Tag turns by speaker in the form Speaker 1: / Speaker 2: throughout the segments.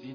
Speaker 1: Si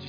Speaker 1: Tu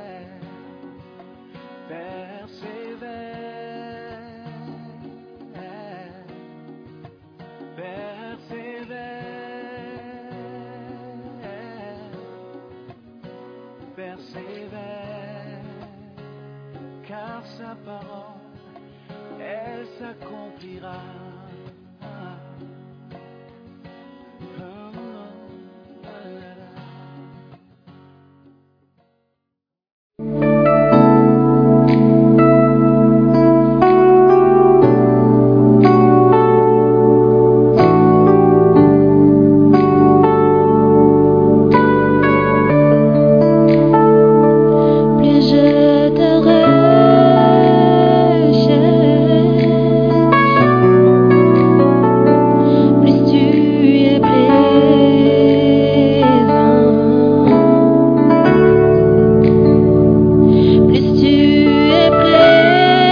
Speaker 1: Persévère, persévère, persévère, persévère, car sa parole, elle s'accomplira.
Speaker 2: Plus je te recherche, plus tu es présent, plus tu es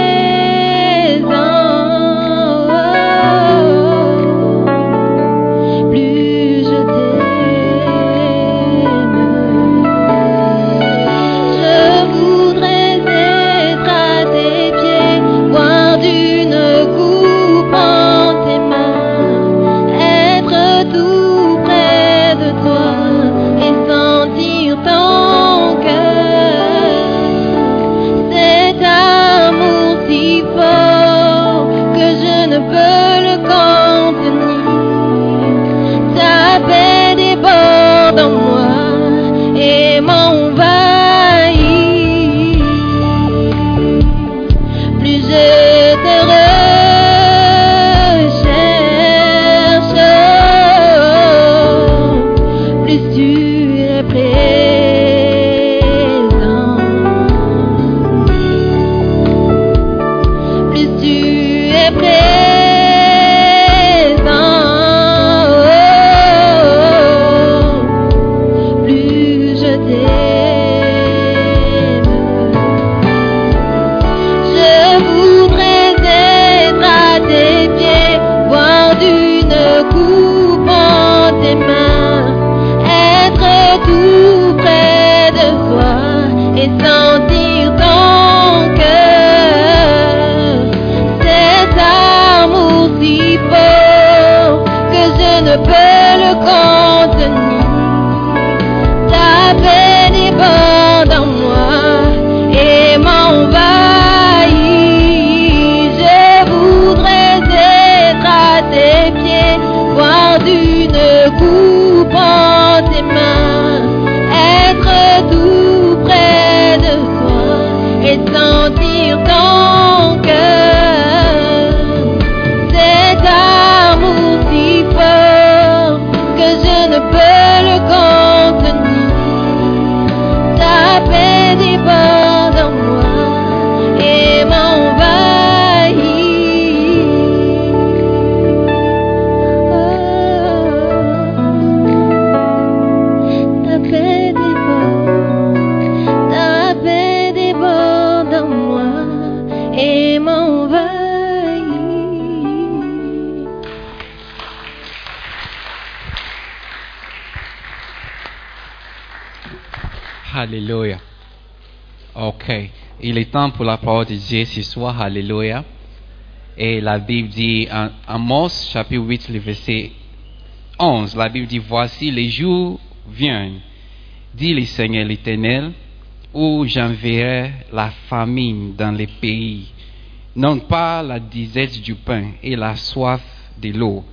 Speaker 2: oh, présent. Plus je t'aime, je voudrais être à tes pieds, boire d'une coupe en tes mains, être tout près de toi et sentir ton cœur. Cet amour si fort que je ne peux le contenir. Ta paix déborde en moi et m'envahit. Plus je te recherche, plus tu es présent. Plus tu es Oh, présent, oh, plus je t'aime. Je voudrais être à tes pieds, boire d'une coupe en tes mains, être tout près de toi et sentir ton cœur. Cet amour si fort que je ne peux le contenir. Ta paix déborde en moi et m'envahit. Je voudrais être à tes pieds, boire d'une coupe en tes mains, être tout près de toi et sentir ton cœur. Cet amour si fort que je ne peux le contenir. Ta paix déborde en moi et m'envahit. Oh, Ta paix déborde, ta paix déborde en moi et m'envahit.
Speaker 3: Alléluia. Ok. Il est temps pour la parole de Dieu ce soir. Alléluia. Et la Bible dit, en Amos chapitre 8, le verset 11, la Bible dit, voici les jours viennent, dit le Seigneur l'Éternel, où j'enverrai la famine dans les pays, non pas la disette du pain et la soif de l'eau,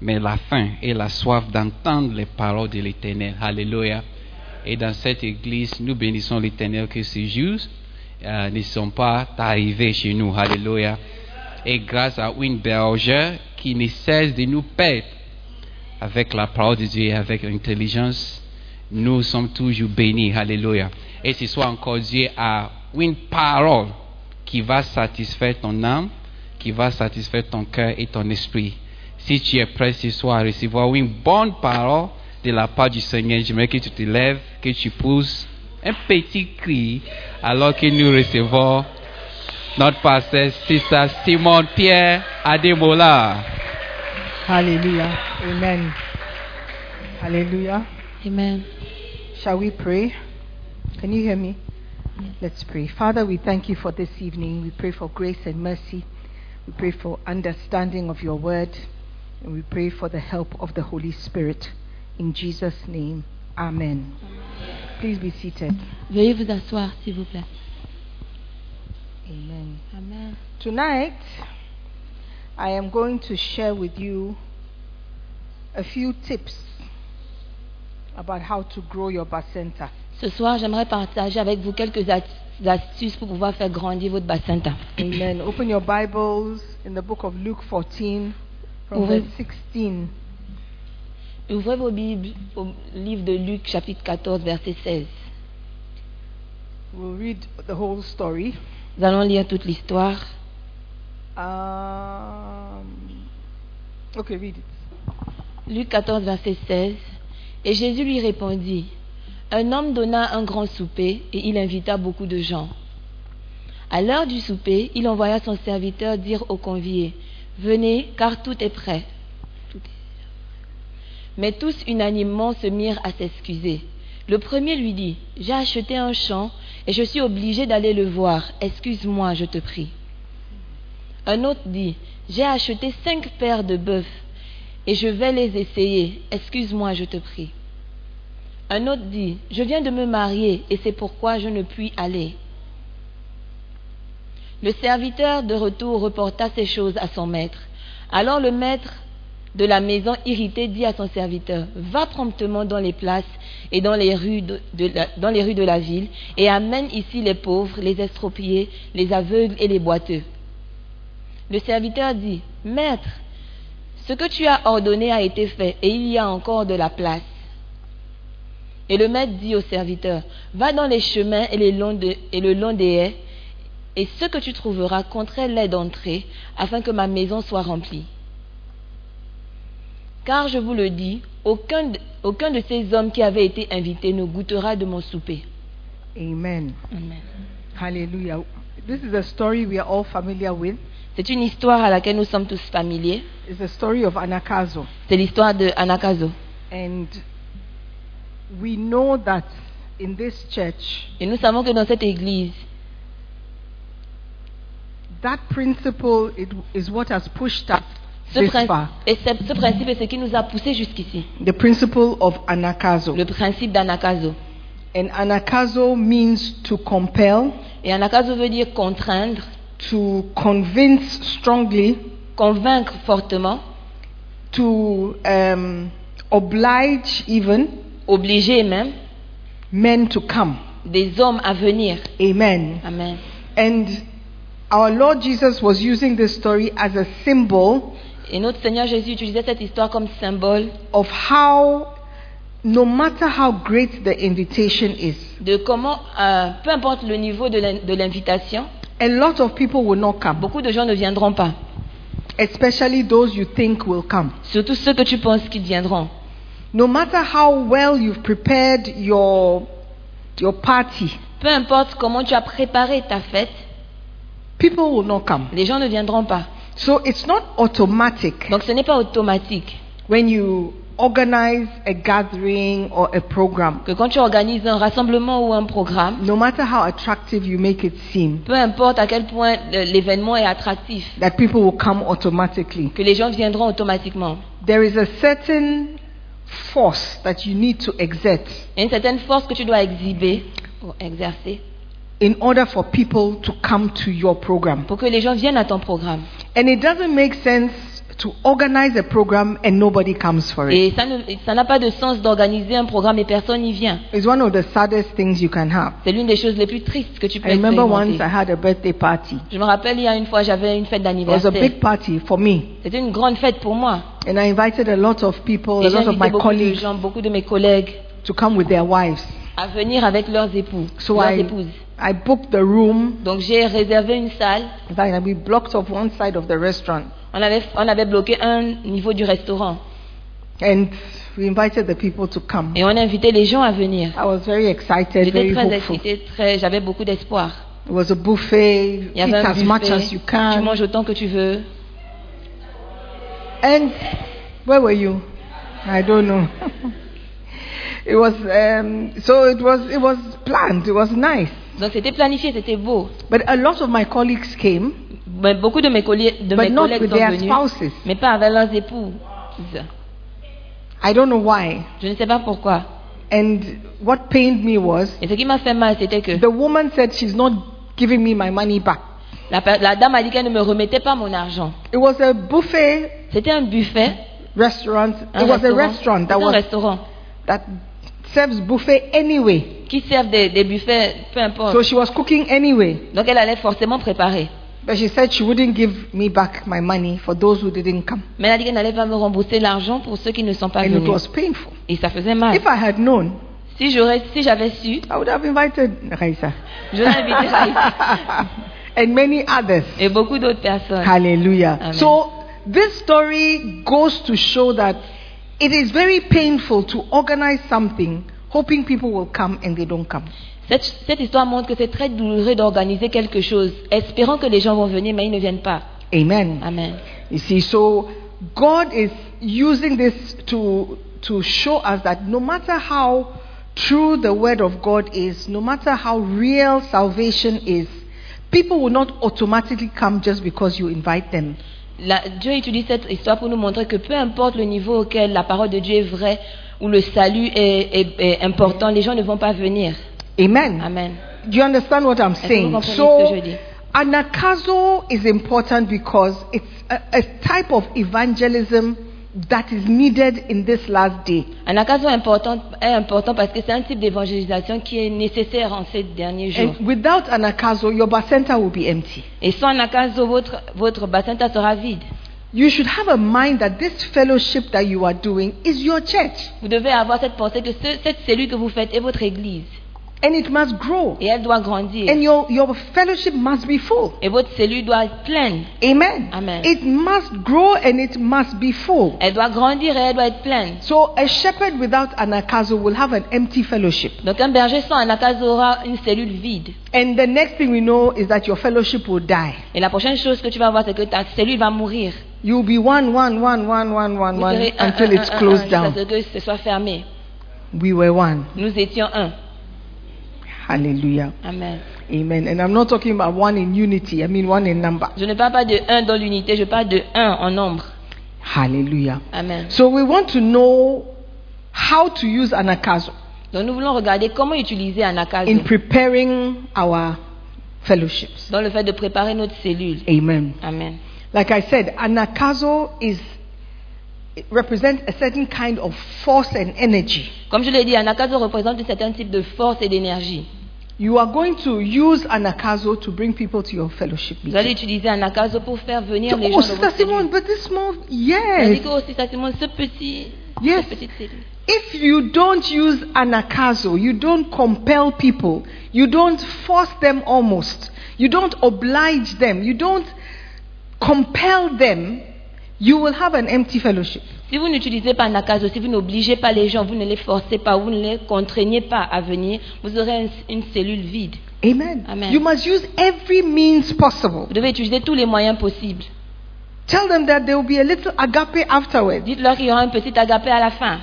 Speaker 3: mais la faim et la soif d'entendre les paroles de l'Éternel. Alléluia. Et dans cette église, nous bénissons l'Éternel que ces jours euh, ne sont pas arrivés chez nous. Alléluia. Et grâce à une bergère qui ne cesse de nous perdre avec la parole de Dieu et avec l'intelligence, nous sommes toujours bénis. Alléluia. Et ce soit encore Dieu à une parole qui va satisfaire ton âme, qui va satisfaire ton cœur et ton esprit. Si tu es prêt ce soir à recevoir une bonne parole de la part du Seigneur, j'aimerais que tu te lèves, que tu pousses un petit cri alors que nous recevons notre pasteur, c'est ça, Simon Pierre Ademola.
Speaker 4: Hallelujah. Amen. Hallelujah.
Speaker 2: Amen.
Speaker 4: Shall we pray? Can you hear me? Let's pray. Father, we thank you for this evening. We pray for grace and mercy. We pray for understanding of your word. And we pray for the help of the Holy Spirit. In Jesus' name, Amen. Please be seated.
Speaker 2: Veuillez vous asseoir, s'il vous plaît.
Speaker 4: Amen.
Speaker 2: Amen.
Speaker 4: Tonight, I am going to share with you a few tips about how to grow your placenta.
Speaker 2: Ce soir, j'aimerais partager avec vous quelques ast- astuces pour pouvoir faire grandir votre placenta.
Speaker 4: Amen. Open your Bibles in the book of Luke 14, from
Speaker 2: Ouvrez-
Speaker 4: verse 16.
Speaker 2: Ouvrez vos Bibles au livre de Luc, chapitre 14, verset 16.
Speaker 4: We'll read the whole story.
Speaker 2: Nous allons lire toute l'histoire.
Speaker 4: Um, okay, read it.
Speaker 2: Luc 14, verset 16. Et Jésus lui répondit, Un homme donna un grand souper et il invita beaucoup de gens. À l'heure du souper, il envoya son serviteur dire aux conviés, Venez, car tout est prêt. Tout est- Mais tous unanimement se mirent à s'excuser. Le premier lui dit, J'ai acheté un champ et je suis obligé d'aller le voir. Excuse-moi, je te prie. Un autre dit, J'ai acheté cinq paires de bœufs et je vais les essayer. Excuse-moi, je te prie. Un autre dit, Je viens de me marier et c'est pourquoi je ne puis aller. Le serviteur de retour reporta ces choses à son maître. Alors le maître de la maison irrité dit à son serviteur, Va promptement dans les places et dans les rues de, de la, dans les rues de la ville et amène ici les pauvres, les estropiés, les aveugles et les boiteux. Le serviteur dit, Maître, ce que tu as ordonné a été fait et il y a encore de la place. Et le maître dit au serviteur, va dans les chemins et, les longs de- et le long des haies, et ce que tu trouveras, contraie-les d'entrée, afin que ma maison soit remplie. Car je vous le dis, aucun de, aucun de ces hommes qui avaient été invités ne goûtera de mon souper.
Speaker 4: Amen. Hallelujah. This is a story we are all familiar with.
Speaker 2: C'est une histoire à laquelle nous sommes tous familiers.
Speaker 4: It's the story of Anakazo.
Speaker 2: C'est l'histoire de Anakazo.
Speaker 4: And we know that in this church,
Speaker 2: Et nous savons que dans cette église,
Speaker 4: that principle it is what has pushed us
Speaker 2: Ce,
Speaker 4: this
Speaker 2: prin-
Speaker 4: far.
Speaker 2: et ce- ce principe est ce qui nous a poussés jusqu'ici.
Speaker 4: The principle of Anakazo.
Speaker 2: Le principe d'anakazo.
Speaker 4: And anakazo means to compel,
Speaker 2: Et anakazo veut dire contraindre,
Speaker 4: to convince strongly,
Speaker 2: convaincre fortement,
Speaker 4: to um, oblige even
Speaker 2: obliger même
Speaker 4: men to come.
Speaker 2: des hommes à venir.
Speaker 4: Amen.
Speaker 2: Amen.
Speaker 4: And our Lord Jesus was using this story as a symbol
Speaker 2: Et notre Seigneur Jésus utilisait cette histoire comme symbole
Speaker 4: of how, no matter how great the invitation is,
Speaker 2: de comment, euh, peu importe le niveau de l'in- de l'invitation,
Speaker 4: a lot of people will not come,
Speaker 2: beaucoup de gens ne viendront pas.
Speaker 4: especially those you think will come.
Speaker 2: Surtout ceux que tu penses qu'ils viendront.
Speaker 4: No matter how well you've prepared your, your party,
Speaker 2: Peu importe comment tu as préparé ta fête,
Speaker 4: people will not come.
Speaker 2: les gens ne viendront pas.
Speaker 4: So it's not automatic
Speaker 2: Donc ce n'est pas automatique
Speaker 4: when you organize a gathering or a program,
Speaker 2: que quand tu organises un rassemblement ou un programme,
Speaker 4: no matter how attractive you make it seem,
Speaker 2: Peu importe à quel point euh, l'événement est attractif,
Speaker 4: that people will come automatically.
Speaker 2: que les gens viendront automatiquement.
Speaker 4: There is a certain force that you need to exert
Speaker 2: Il y a une certaine force que tu dois exhiber ou exercer
Speaker 4: in order for people to come to your program.
Speaker 2: pour que les gens viennent à ton programme.
Speaker 4: And it doesn't make sense to organize a program and nobody comes for it.
Speaker 2: Et ça ne- ça n'a pas de sens d'organiser un programme et personne n'y vient.
Speaker 4: It's one of the saddest things you can have.
Speaker 2: C'est l'une des choses les plus tristes que tu peux
Speaker 4: I remember
Speaker 2: expérimenter.
Speaker 4: once I had a birthday party.
Speaker 2: Je me rappelle, il y a une fois, j'avais une fête
Speaker 4: It was a
Speaker 2: d'anniversaire.
Speaker 4: big party for me,
Speaker 2: C'était une grande fête pour moi.
Speaker 4: and I invited a lot of people,
Speaker 2: Et
Speaker 4: a
Speaker 2: j'ai
Speaker 4: lot of
Speaker 2: invité
Speaker 4: my
Speaker 2: beaucoup de
Speaker 4: colleagues
Speaker 2: gens, beaucoup de mes collègues
Speaker 4: to come with their wives.
Speaker 2: à venir avec leurs époux,
Speaker 4: So
Speaker 2: leurs
Speaker 4: I,
Speaker 2: épouses.
Speaker 4: I booked the room.
Speaker 2: Donc j'ai réservé une salle.
Speaker 4: In fact, we blocked off one side of the restaurant,
Speaker 2: On avait, on avait bloqué un niveau du restaurant
Speaker 4: and we invited the people to come.
Speaker 2: et on invitait les gens à venir.
Speaker 4: I was very excited,
Speaker 2: J'étais
Speaker 4: very
Speaker 2: très
Speaker 4: hopeful.
Speaker 2: excitée, très, j'avais beaucoup d'espoir.
Speaker 4: It was a buffet,
Speaker 2: Il y
Speaker 4: eat
Speaker 2: avait un
Speaker 4: as much as
Speaker 2: buffet, tu
Speaker 4: you can.
Speaker 2: manges autant que tu veux.
Speaker 4: And where were you? I don't know. it was um, so it was it was planned. It was nice.
Speaker 2: Donc c'était planifié, c'était beau.
Speaker 4: But a lot of my colleagues came,
Speaker 2: Mais beaucoup de mes, colli- de
Speaker 4: but
Speaker 2: mes
Speaker 4: not
Speaker 2: collègues
Speaker 4: with
Speaker 2: sont
Speaker 4: their
Speaker 2: venus,
Speaker 4: spouses.
Speaker 2: mais pas avec leurs épouses.
Speaker 4: I don't know why.
Speaker 2: Je ne sais pas pourquoi.
Speaker 4: And what pained me was
Speaker 2: Et ce qui m'a fait mal, c'était que
Speaker 4: the woman said she's not giving me my money back.
Speaker 2: la, pe- la dame a dit qu'elle ne me remettait pas mon argent.
Speaker 4: It was a buffet
Speaker 2: C'était un buffet,
Speaker 4: restaurant.
Speaker 2: un
Speaker 4: It was a
Speaker 2: restaurant,
Speaker 4: restaurant that
Speaker 2: C'était un
Speaker 4: was
Speaker 2: restaurant
Speaker 4: that serves buffet anyway.
Speaker 2: qui servent des, des buffets, peu importe.
Speaker 4: So she was cooking anyway.
Speaker 2: Donc elle allait forcément préparer.
Speaker 4: But she said she wouldn't give me back my money for those who didn't come.
Speaker 2: Mais elle a dit qu'elle n'allait pas me rembourser l'argent pour ceux qui ne sont pas
Speaker 4: And it was
Speaker 2: venus.
Speaker 4: painful.
Speaker 2: Et ça faisait mal.
Speaker 4: If I had known,
Speaker 2: Si j'aurais, si j'avais su,
Speaker 4: I would have invited Raisa
Speaker 2: j'aurais invité Raïs
Speaker 4: and many others.
Speaker 2: et beaucoup d'autres personnes.
Speaker 4: Hallelujah.
Speaker 2: Amen.
Speaker 4: So this story goes to show that it is very painful to organize something hoping people will come and they don't come.
Speaker 2: Cette, cette histoire montre que c'est très douloureux d'organiser quelque chose, espérant que les gens vont venir, mais ils ne viennent pas.
Speaker 4: Amen.
Speaker 2: Amen.
Speaker 4: You see, so God is using this to to show us that no matter how true the word of God is, no matter how real salvation is, people will not automatically come just because you invite them.
Speaker 2: La- Dieu utilise cette histoire pour nous montrer que peu importe le niveau auquel la parole de Dieu est vraie, où le salut est, est- est important, les gens ne vont pas venir.
Speaker 4: Amen.
Speaker 2: Amen.
Speaker 4: Do you understand what I'm saying?
Speaker 2: comprenez ce que
Speaker 4: So,
Speaker 2: je dis?
Speaker 4: anakazo is important because it's a, a type of evangelism that is needed in this last day.
Speaker 2: Un occasion important est important parce que c'est un type d'évangélisation qui est nécessaire en ces derniers jours.
Speaker 4: And without anakazo, your bar center will be empty.
Speaker 2: Et sans un occasion, votre, votre bassin sera vide.
Speaker 4: You should have a mind that this fellowship that you are doing is your church
Speaker 2: Vous devez avoir cette pensée que ce- cette cellule que vous faites est votre église
Speaker 4: and it must grow.
Speaker 2: et elle doit grandir.
Speaker 4: And your, your fellowship must be full.
Speaker 2: Et votre cellule doit être pleine.
Speaker 4: Amen.
Speaker 2: Amen.
Speaker 4: It must grow and it must be full.
Speaker 2: Elle doit grandir et elle doit être pleine.
Speaker 4: So, a shepherd without anakazo will have an empty fellowship.
Speaker 2: Donc un berger sans un occasion aura une cellule vide.
Speaker 4: And the next thing we know is that your fellowship will die.
Speaker 2: Et la prochaine chose que tu vas voir, c'est que ta cellule va mourir.
Speaker 4: You'll be one, one, one, one, one, one,
Speaker 2: Vous
Speaker 4: one
Speaker 2: serez un,
Speaker 4: until
Speaker 2: un,
Speaker 4: it's
Speaker 2: un, un,
Speaker 4: closed
Speaker 2: un,
Speaker 4: down.
Speaker 2: jusqu'à ce que ce soit fermé.
Speaker 4: We were one.
Speaker 2: Nous étions un.
Speaker 4: Hallelujah.
Speaker 2: Amen.
Speaker 4: Amen. And I'm not talking about one in unity, I mean one in number.
Speaker 2: Je ne parle pas de un dans l'unité, je parle de un en nombre.
Speaker 4: Hallelujah.
Speaker 2: Amen.
Speaker 4: So we want to know how to use anakazo
Speaker 2: Donc nous voulons regarder comment utiliser Anakazo
Speaker 4: in preparing our fellowships.
Speaker 2: dans le fait de préparer notre cellule.
Speaker 4: Amen.
Speaker 2: Amen.
Speaker 4: Like I said, anakazo is it represents a certain kind of force and energy.
Speaker 2: Comme je l'ai dit, Anakazo représente un certain type de force et d'énergie.
Speaker 4: You are going to use anakazo to bring people to your fellowship
Speaker 2: Vous allez
Speaker 4: meeting.
Speaker 2: utiliser Anakazo pour faire venir les
Speaker 4: Oh,
Speaker 2: gens dans
Speaker 4: Sister
Speaker 2: votre
Speaker 4: Simone,
Speaker 2: cellule.
Speaker 4: but this month,
Speaker 2: Tandis que,
Speaker 4: yes.
Speaker 2: oh, Sister Simone, ce petit,
Speaker 4: Yes.
Speaker 2: cette petite cellule.
Speaker 4: If you don't use anakazo, you don't compel people, you don't force them almost, you don't oblige them, you don't compel them, you will have an empty fellowship.
Speaker 2: Si vous n'utilisez pas Nakazo, si vous n'obligez pas les gens, vous ne les forcez pas, vous ne les contraignez pas à venir, vous aurez un- une cellule vide.
Speaker 4: Amen.
Speaker 2: Amen.
Speaker 4: You must use every means possible.
Speaker 2: Vous devez utiliser tous les moyens possibles.
Speaker 4: Tell them that there will be a little agape afterwards.
Speaker 2: Dites-leur qu'il y aura un petit agapé à la fin.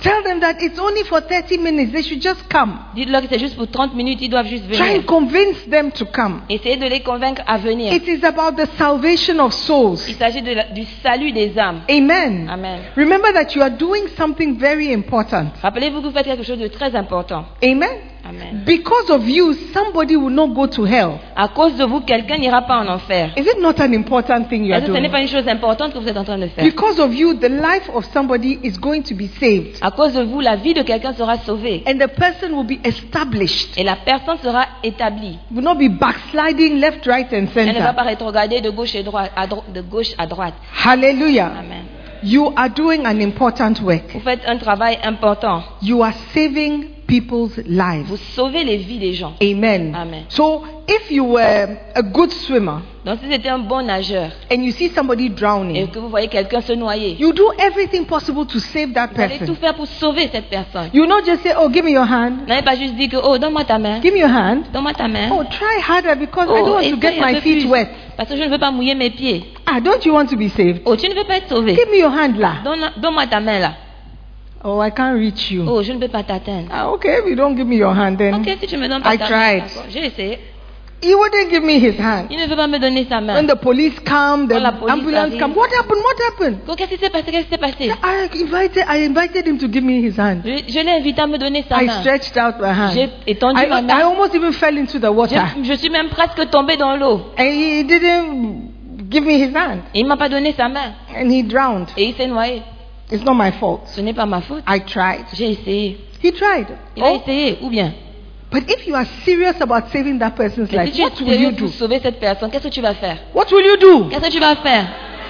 Speaker 4: Tell them that it's only for 30 minutes, they should just come.
Speaker 2: Dites-leur que c'est juste pour 30 minutes, ils doivent juste
Speaker 4: Try
Speaker 2: venir.
Speaker 4: and convince them to come.
Speaker 2: Essayez de les convaincre à venir.
Speaker 4: It is about the salvation of souls.
Speaker 2: Il s'agit de la- du salut des âmes.
Speaker 4: Amen.
Speaker 2: Amen.
Speaker 4: Remember that you are doing something very important.
Speaker 2: Rappelez-vous que vous faites quelque chose de très important.
Speaker 4: Amen.
Speaker 2: Amen.
Speaker 4: Because of you, somebody will not go to hell.
Speaker 2: À cause de vous, quelqu'un n'ira pas en enfer.
Speaker 4: Is it not an important thing you are
Speaker 2: Est-ce que ce n'est
Speaker 4: doing?
Speaker 2: pas une chose importante que vous êtes en train de faire
Speaker 4: Because of you, the life of somebody is going to be saved.
Speaker 2: À cause de vous, la vie de quelqu'un sera sauvée.
Speaker 4: And the person will be established.
Speaker 2: Et la personne sera établie.
Speaker 4: Will not be backsliding left, right, and
Speaker 2: Elle ne va pas
Speaker 4: center.
Speaker 2: rétrograder de gauche, et droite, à dro- de gauche à droite.
Speaker 4: Hallelujah.
Speaker 2: Amen.
Speaker 4: You are doing an important work.
Speaker 2: Vous faites un travail important.
Speaker 4: You are saving people's
Speaker 2: Vous
Speaker 4: lives.
Speaker 2: sauvez les vies des gens.
Speaker 4: Amen.
Speaker 2: Amen.
Speaker 4: So, if you were a good swimmer
Speaker 2: Donc si vous êtes un bon nageur
Speaker 4: and you see somebody
Speaker 2: et
Speaker 4: drowning,
Speaker 2: que vous voyez quelqu'un se noyer,
Speaker 4: you do everything possible to save that
Speaker 2: vous allez tout
Speaker 4: person.
Speaker 2: faire pour sauver cette personne.
Speaker 4: You not just say, "Oh, give me your hand.
Speaker 2: N'allez pas juste dire que, oh, donne-moi ta main.
Speaker 4: Give me your hand."
Speaker 2: Donne-moi ta main.
Speaker 4: Oh, try harder because I
Speaker 2: Oh,
Speaker 4: don't want to
Speaker 2: essaye
Speaker 4: get
Speaker 2: un
Speaker 4: my
Speaker 2: peu
Speaker 4: feet
Speaker 2: plus.
Speaker 4: wet.
Speaker 2: Parce que je ne veux pas mouiller mes pieds.
Speaker 4: Ah, don't you want to be saved?
Speaker 2: Oh, tu ne veux pas être sauvé.
Speaker 4: Give me your hand, lah.
Speaker 2: Donne- Donne-moi ta main là.
Speaker 4: Oh, I can't reach you.
Speaker 2: Oh, je ne peux pas t'atteindre.
Speaker 4: Ah, okay, if you don't give me your hand, then
Speaker 2: Ok, si tu me donnes pas
Speaker 4: I
Speaker 2: ta
Speaker 4: tried.
Speaker 2: main. d'accord. J'ai essayé.
Speaker 4: he wouldn't give me his hand.
Speaker 2: Il ne veut pas me donner sa main.
Speaker 4: When the police come, the
Speaker 2: Quand la police
Speaker 4: ambulance
Speaker 2: arrive.
Speaker 4: come. What happened? What happened?
Speaker 2: Oh, Qu'est-ce qui s'est passé Qu'est-ce qui s'est passé
Speaker 4: I invited, I invited him to give me his hand.
Speaker 2: Je, je l'ai invité à me donner sa
Speaker 4: I
Speaker 2: main.
Speaker 4: stretched out my
Speaker 2: J'ai
Speaker 4: hand.
Speaker 2: étendu
Speaker 4: I,
Speaker 2: ma
Speaker 4: I
Speaker 2: main.
Speaker 4: almost even fell into the water,
Speaker 2: Je, je suis même presque tombée dans l'eau.
Speaker 4: and he didn't give me his hand,
Speaker 2: Et Il ne m'a pas donné sa main.
Speaker 4: and he drowned.
Speaker 2: Et il s'est noyé.
Speaker 4: It's not my fault.
Speaker 2: Ce n'est pas ma faute.
Speaker 4: I tried.
Speaker 2: J'ai essayé.
Speaker 4: He tried.
Speaker 2: Il a
Speaker 4: Oh,
Speaker 2: essayé, ou bien.
Speaker 4: but if you are serious about saving that person's
Speaker 2: Mais si
Speaker 4: life,
Speaker 2: tu es
Speaker 4: what will you
Speaker 2: sérieux
Speaker 4: do?
Speaker 2: pour sauver cette personne, qu'est-ce que tu vas faire
Speaker 4: What will you do?
Speaker 2: Qu'est-ce que tu vas faire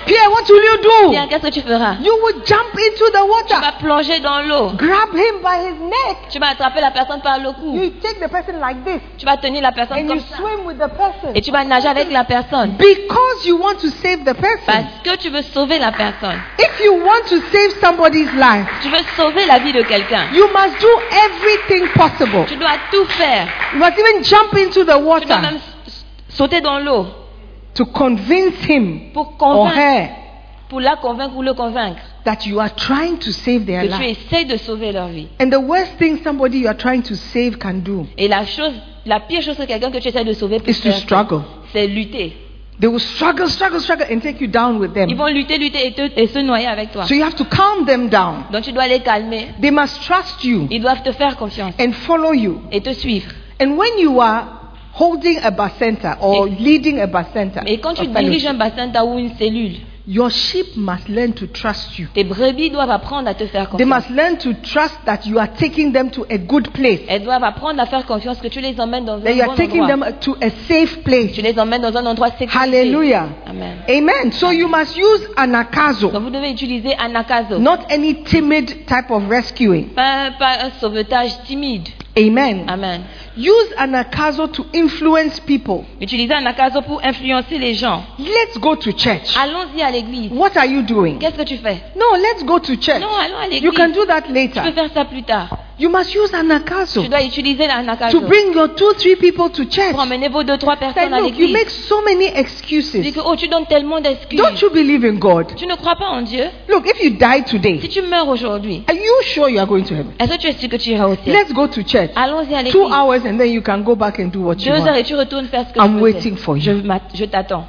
Speaker 4: Pierre, what will you
Speaker 2: Bien,
Speaker 4: do?
Speaker 2: qu'est-ce que tu feras
Speaker 4: You will jump into the
Speaker 2: Tu
Speaker 4: water.
Speaker 2: vas plonger dans l'eau.
Speaker 4: grab him by his neck.
Speaker 2: Tu vas attraper la personne par le cou.
Speaker 4: You take the person like this
Speaker 2: Tu vas tenir la personne
Speaker 4: Hmm. and
Speaker 2: comme
Speaker 4: you
Speaker 2: ça.
Speaker 4: swim with the person.
Speaker 2: Et tu vas nager avec la personne.
Speaker 4: Because you want to save the person.
Speaker 2: Parce que tu veux sauver la personne.
Speaker 4: If you want to save somebody's life,
Speaker 2: Tu veux sauver la vie de quelqu'un.
Speaker 4: you must do everything possible.
Speaker 2: Tu dois tout faire.
Speaker 4: You must even jump into the
Speaker 2: Tu dois même
Speaker 4: water
Speaker 2: s- sauter dans l'eau
Speaker 4: to convince him
Speaker 2: pour
Speaker 4: or
Speaker 2: convaincre,
Speaker 4: her
Speaker 2: pour la convaincre ou le convaincre
Speaker 4: that you are trying to save their
Speaker 2: que tu
Speaker 4: life.
Speaker 2: essayes de sauver leur vie.
Speaker 4: And the worst thing somebody you are trying to save can do
Speaker 2: Et la chose, la pire chose que quelqu'un que tu essaies de sauver peut
Speaker 4: is to
Speaker 2: faire,
Speaker 4: struggle.
Speaker 2: c'est lutter.
Speaker 4: They will struggle, struggle, struggle and take you down with them.
Speaker 2: Ils vont lutter, lutter et, te- et se noyer avec toi.
Speaker 4: So you have to calm them down.
Speaker 2: Donc tu dois les calmer.
Speaker 4: They must trust you
Speaker 2: Ils doivent te faire confiance
Speaker 4: and follow you.
Speaker 2: et te suivre.
Speaker 4: And when you are holding a basenta or
Speaker 2: Et-
Speaker 4: leading a basenta,
Speaker 2: Et quand tu diriges un bassin d'eau ou une cellule,
Speaker 4: your sheep must learn to trust you.
Speaker 2: tes brebis doivent apprendre à te faire
Speaker 4: They
Speaker 2: confiance.
Speaker 4: must learn to trust that you are taking them to a good place,
Speaker 2: Elles doivent apprendre à faire confiance que tu les emmènes dans un
Speaker 4: that you are
Speaker 2: bon
Speaker 4: taking
Speaker 2: endroit.
Speaker 4: them to a safe place.
Speaker 2: Tu les emmènes dans un endroit sécurisé.
Speaker 4: Hallelujah.
Speaker 2: Amen.
Speaker 4: Amen. So you must use
Speaker 2: Donc
Speaker 4: anakazo,
Speaker 2: vous devez utiliser anakazo.
Speaker 4: not any timid type of rescuing.
Speaker 2: Pas, pas un sauvetage timide.
Speaker 4: Amen.
Speaker 2: Amen.
Speaker 4: Use anakazo to influence people.
Speaker 2: Utilisez anakazo pour influencer les gens.
Speaker 4: Let's go to church.
Speaker 2: Allons-y à l'église.
Speaker 4: What are you doing?
Speaker 2: Qu'est-ce que tu fais
Speaker 4: No, let's go to church.
Speaker 2: Non, allons à
Speaker 4: You can
Speaker 2: l'église.
Speaker 4: do that
Speaker 2: Tu peux
Speaker 4: later.
Speaker 2: faire ça plus tard.
Speaker 4: You must use
Speaker 2: Tu
Speaker 4: anakazo.
Speaker 2: dois utiliser l'anakazo
Speaker 4: to bring your two, three people to church.
Speaker 2: pour emmener vos deux, trois
Speaker 4: Say,
Speaker 2: personnes à
Speaker 4: look, you make
Speaker 2: l'église.
Speaker 4: so many
Speaker 2: Tu dis
Speaker 4: excuses.
Speaker 2: que oh, tu donnes tellement d'excuses.
Speaker 4: Don't you believe in God?
Speaker 2: Tu ne crois pas en Dieu
Speaker 4: Look, if you die
Speaker 2: Si
Speaker 4: today,
Speaker 2: tu meurs aujourd'hui,
Speaker 4: are you sure you are going to heaven?
Speaker 2: est-ce que tu es sûr que tu iras au ciel
Speaker 4: Let's go to church.
Speaker 2: Allons-y à
Speaker 4: Two
Speaker 2: l'église.
Speaker 4: hours and then you can go back and do what you
Speaker 2: Deux heures
Speaker 4: want.
Speaker 2: et tu retournes faire ce que
Speaker 4: I'm
Speaker 2: tu faisais.
Speaker 4: waiting for you.
Speaker 2: Je, m'att- je t'attends.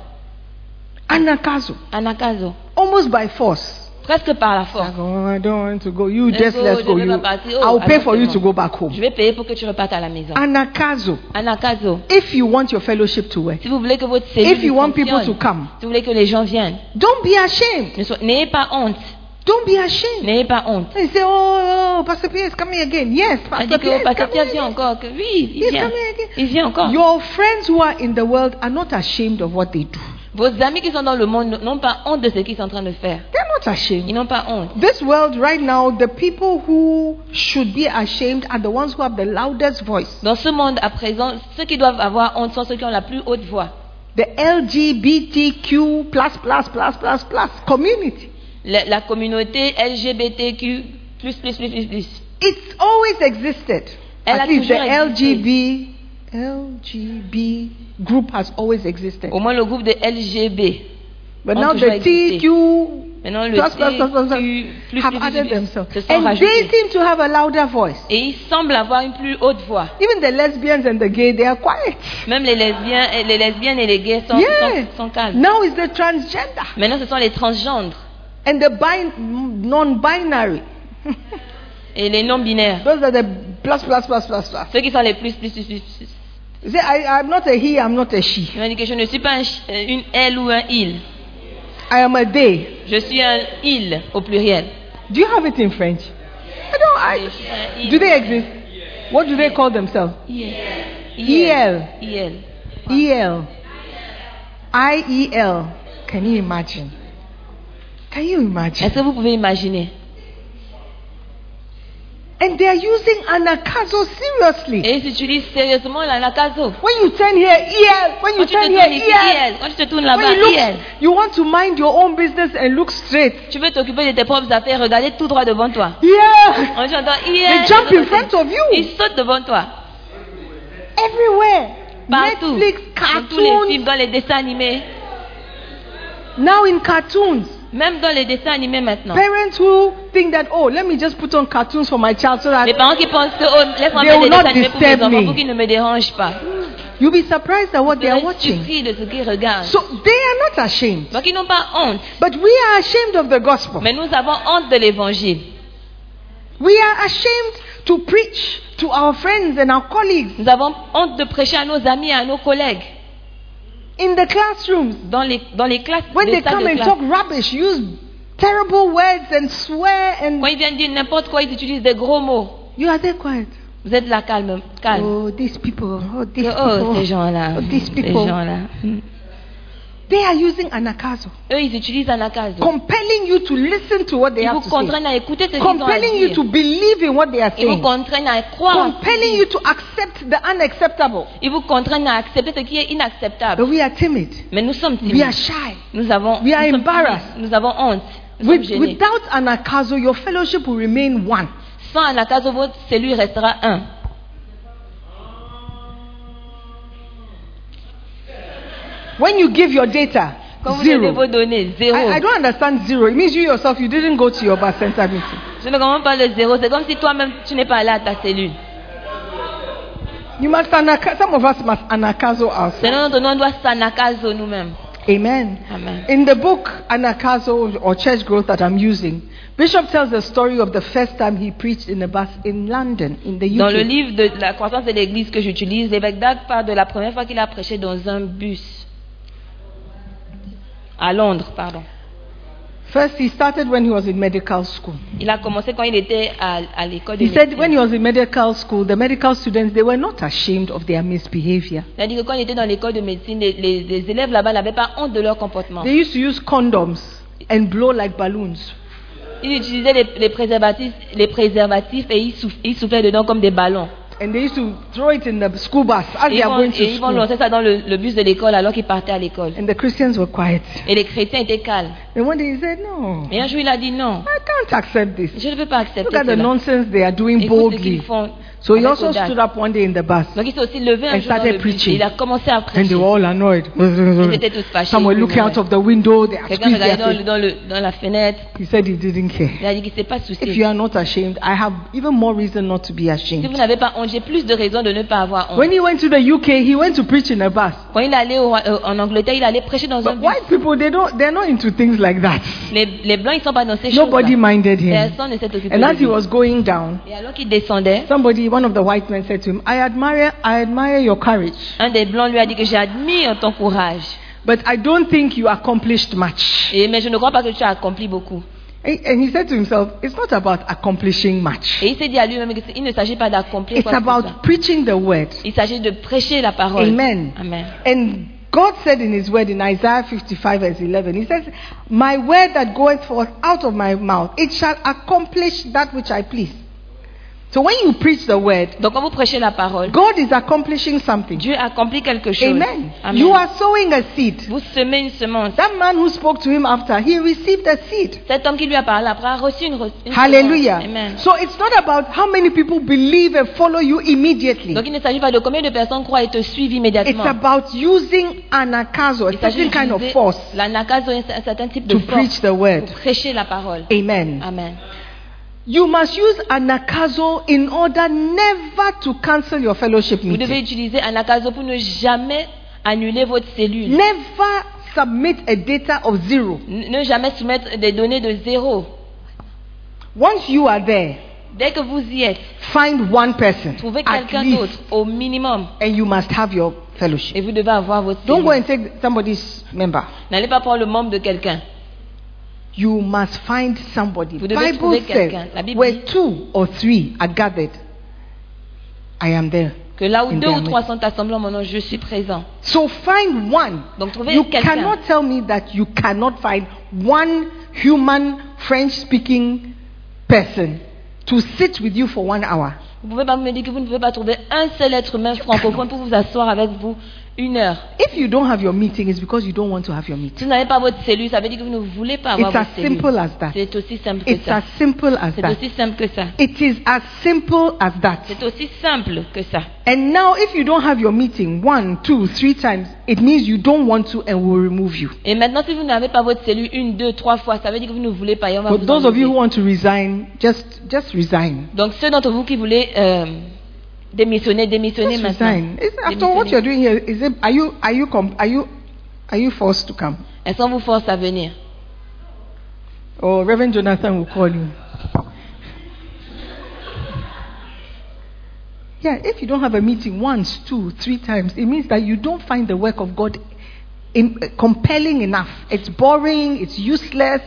Speaker 4: Anakazo,
Speaker 2: Anakazo.
Speaker 4: almost by force.
Speaker 2: Presque par la force.
Speaker 4: Oh, I don't want to go. You
Speaker 2: Let's
Speaker 4: just
Speaker 2: go,
Speaker 4: let's
Speaker 2: je
Speaker 4: go.
Speaker 2: vais
Speaker 4: You,
Speaker 2: pas partir. Oh,
Speaker 4: I'll pay for you
Speaker 2: attends,
Speaker 4: to
Speaker 2: c'est
Speaker 4: go back
Speaker 2: Je
Speaker 4: home.
Speaker 2: vais payer pour que tu repartes à la maison.
Speaker 4: Anakazo,
Speaker 2: Anakazo.
Speaker 4: if you want your fellowship to work,
Speaker 2: Si vous voulez que votre cellule
Speaker 4: if you want people to
Speaker 2: fonctionne,
Speaker 4: come,
Speaker 2: si vous voulez que les gens viennent,
Speaker 4: don't be ashamed.
Speaker 2: ne so- n'ayez pas honte.
Speaker 4: Don't be ashamed.
Speaker 2: N'ayez pas honte.
Speaker 4: They say, oh, oh, Pastor Pierre is coming again. Yes,
Speaker 2: On dit
Speaker 4: Pastor Pierre
Speaker 2: que
Speaker 4: is
Speaker 2: oh, Pasteur
Speaker 4: coming
Speaker 2: Pierre
Speaker 4: again.
Speaker 2: vient encore. Que oui, il
Speaker 4: He's
Speaker 2: vient.
Speaker 4: coming again.
Speaker 2: Il vient encore.
Speaker 4: Your friends who are in the world are not ashamed of what they do.
Speaker 2: Vos amis qui sont dans le monde n'ont pas honte de ce qu'ils sont en train de faire.
Speaker 4: They're not
Speaker 2: Ils
Speaker 4: ashamed.
Speaker 2: n'ont pas honte.
Speaker 4: This world right now, the people who should be ashamed are the ones who have the loudest voice.
Speaker 2: Dans ce monde à présent, ceux qui doivent avoir honte sont ceux qui ont la plus haute voix.
Speaker 4: The LGBTQ plus plus plus plus plus community.
Speaker 2: La, la communauté LGBTQ, plus, plus, plus, plus, plus.
Speaker 4: It's always existed.
Speaker 2: Elle a
Speaker 4: At least the
Speaker 2: toujours existé.
Speaker 4: LGB LGB group has always existed.
Speaker 2: Au moins le groupe de LGB.
Speaker 4: But
Speaker 2: ont
Speaker 4: now the
Speaker 2: toujours existé.
Speaker 4: TQ
Speaker 2: Maintenant le
Speaker 4: plus plus plus plus
Speaker 2: TQ, plus,
Speaker 4: have
Speaker 2: plus, plus,
Speaker 4: added
Speaker 2: plus,
Speaker 4: themselves,
Speaker 2: se sont
Speaker 4: and they
Speaker 2: rajoutés.
Speaker 4: seem to have a louder voice.
Speaker 2: Et ils semblent avoir une plus haute voix.
Speaker 4: Even the lesbians and the gay, they are quiet.
Speaker 2: Même les lesbiens, et les lesbiennes et les gays sont,
Speaker 4: Yeah.
Speaker 2: sont, sont calmes.
Speaker 4: Now it's the transgender
Speaker 2: Maintenant ce sont les transgendres
Speaker 4: and the bi- non-binary.
Speaker 2: et les non binaires.
Speaker 4: Those are the Plus, plus, plus, plus, plus.
Speaker 2: Ceux qui sont les plus, plus, plus, plus. plus.
Speaker 4: You say, I, I'm not a he, I'm not a she.
Speaker 2: Il m'a dit que je ne suis pas un ch- euh, une elle ou un il.
Speaker 4: I am a they.
Speaker 2: Je suis un il au pluriel.
Speaker 4: Do you have it in French? I don't. I,
Speaker 2: Un il.
Speaker 4: do they exist? What do they call themselves?
Speaker 2: IL. IL.
Speaker 4: E L. I E L. Can you imagine? Can you
Speaker 2: Est-ce
Speaker 4: imagine?
Speaker 2: que vous pouvez imaginer
Speaker 4: And they are using anakazo seriously.
Speaker 2: Et ils utilisent sérieusement la nakazo.
Speaker 4: When you turn here, E L. When
Speaker 2: Quand tu
Speaker 4: you
Speaker 2: te
Speaker 4: turn
Speaker 2: tournes
Speaker 4: here,
Speaker 2: ici,
Speaker 4: E L.
Speaker 2: IL. Quand tu te tournes
Speaker 4: When
Speaker 2: là-bas,
Speaker 4: you
Speaker 2: IL.
Speaker 4: look, you want to mind your own business and look straight. E
Speaker 2: Tu veux t'occuper de tes propres affaires, regardez tout droit devant toi.
Speaker 4: Yeah.
Speaker 2: On entend
Speaker 4: They
Speaker 2: IL.
Speaker 4: jump in front of
Speaker 2: Ils
Speaker 4: you.
Speaker 2: sautent devant toi.
Speaker 4: Everywhere.
Speaker 2: Partout.
Speaker 4: Netflix,
Speaker 2: Dans tous les films,
Speaker 4: cartoons.
Speaker 2: dans les dessins animés.
Speaker 4: Now in cartoons.
Speaker 2: Même dans les dessins animés maintenant.
Speaker 4: Parents who think that, oh, let me just put on cartoons for my child so
Speaker 2: Les
Speaker 4: that
Speaker 2: parents qui pensent que oh, laisse-moi
Speaker 4: They
Speaker 2: mettre
Speaker 4: will
Speaker 2: des
Speaker 4: not
Speaker 2: dessins animés pour mes
Speaker 4: disturb
Speaker 2: enfants
Speaker 4: me.
Speaker 2: pour qu'ils ne me dérangent pas.
Speaker 4: you'll be surprised at what they are
Speaker 2: Ils
Speaker 4: watching.
Speaker 2: surpris de ce qu'ils regardent.
Speaker 4: So they are not ashamed.
Speaker 2: Donc ils n'ont pas honte.
Speaker 4: But we are ashamed of the gospel.
Speaker 2: Mais nous avons honte de l'évangile.
Speaker 4: We are ashamed to preach to our friends and our colleagues
Speaker 2: Nous avons honte de prêcher à nos amis et à nos collègues.
Speaker 4: in the classrooms.
Speaker 2: Dans les, dans les classes,
Speaker 4: When
Speaker 2: les
Speaker 4: they
Speaker 2: salles
Speaker 4: come
Speaker 2: de
Speaker 4: and
Speaker 2: classe.
Speaker 4: talk rubbish, use terrible words and swear
Speaker 2: Quand
Speaker 4: and
Speaker 2: ils viennent dire n'importe quoi, ils utilisent des gros mots.
Speaker 4: you are there quiet.
Speaker 2: Vous êtes là calme, calme.
Speaker 4: Oh, these people, oh, these
Speaker 2: Que, oh, ces
Speaker 4: people.
Speaker 2: gens-là.
Speaker 4: Oh, these
Speaker 2: Ces
Speaker 4: people.
Speaker 2: gens-là. Mm.
Speaker 4: They are using anakazo,
Speaker 2: Eux, ils utilisent anakazo.
Speaker 4: compelling you to listen to what they
Speaker 2: Ils
Speaker 4: have
Speaker 2: vous
Speaker 4: to say.
Speaker 2: contraignent à écouter ce qu'ils ont à
Speaker 4: compelling you
Speaker 2: dire.
Speaker 4: to believe in what they are
Speaker 2: Ils vous
Speaker 4: saying,
Speaker 2: contraignent à croire. à ce qu'ils
Speaker 4: compelling
Speaker 2: disent.
Speaker 4: you to accept the unacceptable.
Speaker 2: Ils vous contraignent à accepter ce qui est
Speaker 4: But
Speaker 2: inacceptable.
Speaker 4: we are timid,
Speaker 2: Mais nous sommes
Speaker 4: we are
Speaker 2: timides.
Speaker 4: shy.
Speaker 2: Nous avons,
Speaker 4: we are
Speaker 2: nous sommes
Speaker 4: embarrassed.
Speaker 2: timides. Nous avons honte. Nous sommes
Speaker 4: With,
Speaker 2: gênés.
Speaker 4: without anakazo, your fellowship will remain one.
Speaker 2: Sans Anakazo, votre cellule restera un.
Speaker 4: When you give your data,
Speaker 2: Quand vous donnez vos
Speaker 4: zero.
Speaker 2: données, zéro.
Speaker 4: I, I don't understand zero. It means you yourself, you didn't go to your bus center meeting.
Speaker 2: Je ne comprends pas le zéro. C'est comme si toi-même, tu n'es pas là à ta cellule.
Speaker 4: You must anaka- some of us must anakazo
Speaker 2: C'est
Speaker 4: ourselves.
Speaker 2: notre nom doit Sanakazo nous-mêmes.
Speaker 4: Amen.
Speaker 2: Amen.
Speaker 4: In the book Anakazo or Church Growth that I'm using, Bishop tells the story of the first time he preached in a bus in London, in the UK.
Speaker 2: Dans le livre de la croissance de l'église que j'utilise, l'évêque Dag parle de la première fois qu'il a prêché dans un bus. À Londres, pardon.
Speaker 4: First, he started when he was in medical school.
Speaker 2: Il a commencé quand il était à, à l'école de
Speaker 4: He said when he
Speaker 2: médecine.
Speaker 4: was in medical school, the medical students, they were not ashamed of their misbehavior.
Speaker 2: Il a dit que quand il était dans l'école de médecine, les, les- les élèves là-bas n'avaient pas honte de leur comportement.
Speaker 4: They used to use condoms and blow like balloons.
Speaker 2: Ils utilisaient les, les préservatifs, les préservatifs et ils, souff- ils soufflaient dedans comme des ballons.
Speaker 4: And they used to throw it in the school bus as
Speaker 2: Et
Speaker 4: they
Speaker 2: ils
Speaker 4: are
Speaker 2: vont,
Speaker 4: going
Speaker 2: et
Speaker 4: to
Speaker 2: ils vont
Speaker 4: school.
Speaker 2: lancer ça dans le, le bus de l'école alors qu'ils partaient à l'école.
Speaker 4: And the Christians were quiet.
Speaker 2: Et les chrétiens étaient calmes.
Speaker 4: And one day he said, No,
Speaker 2: Mais un jour, il a dit non,
Speaker 4: I can't accept this.
Speaker 2: je ne veux pas accepter
Speaker 4: Look at the
Speaker 2: cela.
Speaker 4: nonsense they are doing
Speaker 2: Écoute ce qu'ils
Speaker 4: boldly.
Speaker 2: font.
Speaker 4: So he
Speaker 2: avec
Speaker 4: also
Speaker 2: audace.
Speaker 4: stood up one day in the bus.
Speaker 2: Donc il s'est aussi levé un
Speaker 4: And
Speaker 2: jour dans
Speaker 4: started
Speaker 2: le bus et
Speaker 4: preaching.
Speaker 2: il a commencé à
Speaker 4: And they
Speaker 2: prêcher.
Speaker 4: were all annoyed.
Speaker 2: étaient tous fâchés.
Speaker 4: Some were looking out of the window, they are
Speaker 2: Quelqu'un
Speaker 4: squeezed their
Speaker 2: regardait dans, le-
Speaker 4: face.
Speaker 2: dans le- dans la fenêtre,
Speaker 4: He said he didn't care.
Speaker 2: il a dit qu'il ne s'est pas soucié.
Speaker 4: If you are not ashamed, I have even more reason not to be
Speaker 2: Si
Speaker 4: ashamed.
Speaker 2: vous n'avez pas honte, j'ai plus de raisons de ne pas avoir honte.
Speaker 4: When he went to the UK, he went to preach in a bus.
Speaker 2: Quand il allait au- euh, en Angleterre, il allait prêcher dans un
Speaker 4: But
Speaker 2: bus.
Speaker 4: white people, they don't, they're not into things like that.
Speaker 2: Les, les blancs, ils ne sont pas dans ces
Speaker 4: Nobody
Speaker 2: choses.
Speaker 4: minded him.
Speaker 2: Personne ne s'est occupé
Speaker 4: And
Speaker 2: de
Speaker 4: as he
Speaker 2: lui.
Speaker 4: was going down,
Speaker 2: Et alors qu'il descendait,
Speaker 4: somebody, one of the white men said to him, I admire, I admire your courage,
Speaker 2: un des blancs lui a dit que j'admire ton courage.
Speaker 4: but I don't think you accomplished much.
Speaker 2: Et, mais je ne crois pas que tu as accompli beaucoup.
Speaker 4: And and he said to himself, it's not about accomplishing much.
Speaker 2: Et il s'est dit à lui-même qu'il ne s'agit pas d'accomplir
Speaker 4: It's
Speaker 2: quoi que ce soit.
Speaker 4: about preaching the word.
Speaker 2: Il s'agit de prêcher la parole.
Speaker 4: Amen.
Speaker 2: Amen.
Speaker 4: And God said in His word in Isaiah 55, verse 11, He says, My word that goeth forth out of my mouth, it shall accomplish that which I please. So when you preach the word,
Speaker 2: Donc quand vous prêchez la parole,
Speaker 4: God is accomplishing something.
Speaker 2: Dieu accomplit quelque chose.
Speaker 4: Amen.
Speaker 2: Amen.
Speaker 4: You are sowing a seed.
Speaker 2: Vous semez une semence.
Speaker 4: That man who spoke to him after, he received a seed.
Speaker 2: Cet homme qui lui a parlé après a reçu une, re- une semence.
Speaker 4: Hallelujah.
Speaker 2: Amen.
Speaker 4: So it's not about how many people believe and follow you immediately.
Speaker 2: Donc il ne s'agit pas de combien de personnes croient et te suivent
Speaker 4: It's
Speaker 2: immédiatement.
Speaker 4: about using anakazo, a
Speaker 2: Il s'agit
Speaker 4: certain kind of
Speaker 2: d'utiliser
Speaker 4: force,
Speaker 2: la nakazo, un un certain type de
Speaker 4: to
Speaker 2: force
Speaker 4: preach the word.
Speaker 2: pour prêcher la parole.
Speaker 4: Amen.
Speaker 2: Amen.
Speaker 4: You must use anakazo in order never to cancel your fellowship
Speaker 2: Vous devez
Speaker 4: meeting.
Speaker 2: utiliser un nakazo pour ne jamais annuler votre cellule.
Speaker 4: Never submit a data of zero.
Speaker 2: N- Ne jamais soumettre des données de zéro.
Speaker 4: Once you are there,
Speaker 2: Dès que vous y êtes,
Speaker 4: Find one person
Speaker 2: trouvez
Speaker 4: at
Speaker 2: quelqu'un d'autre
Speaker 4: least,
Speaker 2: au minimum
Speaker 4: and you must have your fellowship.
Speaker 2: et vous devez avoir votre
Speaker 4: Don't go
Speaker 2: cellule.
Speaker 4: and take somebody's member.
Speaker 2: N'allez pas prendre le membre de quelqu'un.
Speaker 4: You must find somebody.
Speaker 2: Vous
Speaker 4: The
Speaker 2: devez
Speaker 4: Bible
Speaker 2: trouver quelqu'un. La
Speaker 4: says,
Speaker 2: Bible
Speaker 4: where
Speaker 2: dit-
Speaker 4: two or three are gathered, I am there.
Speaker 2: Que là où
Speaker 4: In
Speaker 2: deux ou
Speaker 4: their
Speaker 2: trois
Speaker 4: midst.
Speaker 2: sont assemblés, en mon nom, je suis présent.
Speaker 4: So find one.
Speaker 2: Donc trouvez
Speaker 4: You
Speaker 2: quelqu'un.
Speaker 4: cannot tell me that you cannot find one human French-speaking person to sit with you for one hour.
Speaker 2: Vous pouvez pas me dire que vous ne pouvez pas trouver un seul être humain francophone pour vous asseoir avec vous une heure.
Speaker 4: If you don't have your meeting, it's because you don't want to have your meeting.
Speaker 2: Si vous n'avez pas votre cellule, ça veut dire que vous ne voulez pas avoir
Speaker 4: It's as
Speaker 2: votre cellule.
Speaker 4: simple as that.
Speaker 2: C'est aussi simple que
Speaker 4: It's
Speaker 2: ça.
Speaker 4: as simple as
Speaker 2: C'est
Speaker 4: that.
Speaker 2: aussi simple que ça.
Speaker 4: It is as simple as that.
Speaker 2: C'est aussi simple que ça.
Speaker 4: And now, if you don't have your meeting one, two, three times, it means you don't want to and we'll remove you.
Speaker 2: Et maintenant, si vous n'avez pas votre cellule une, deux, trois fois, ça veut dire que vous ne voulez pas. Et on va
Speaker 4: For
Speaker 2: vous
Speaker 4: those of you who
Speaker 2: enlever.
Speaker 4: want to resign, just, just resign.
Speaker 2: Donc, ceux d'entre vous qui voulez euh, démissionner, démissionner
Speaker 4: Just
Speaker 2: maintenant.
Speaker 4: resign. It's- after all, what
Speaker 2: Démissionner.
Speaker 4: you're doing here, is it, are, you, are, you com- are, you, are you forced to come?
Speaker 2: Est-ce qu'on vous force à venir
Speaker 4: Or Oh, Reverend Jonathan will call you. Yeah, if you don't have a meeting once, two, three times, it means that you don't find the work of God in, compelling enough. It's boring, it's useless,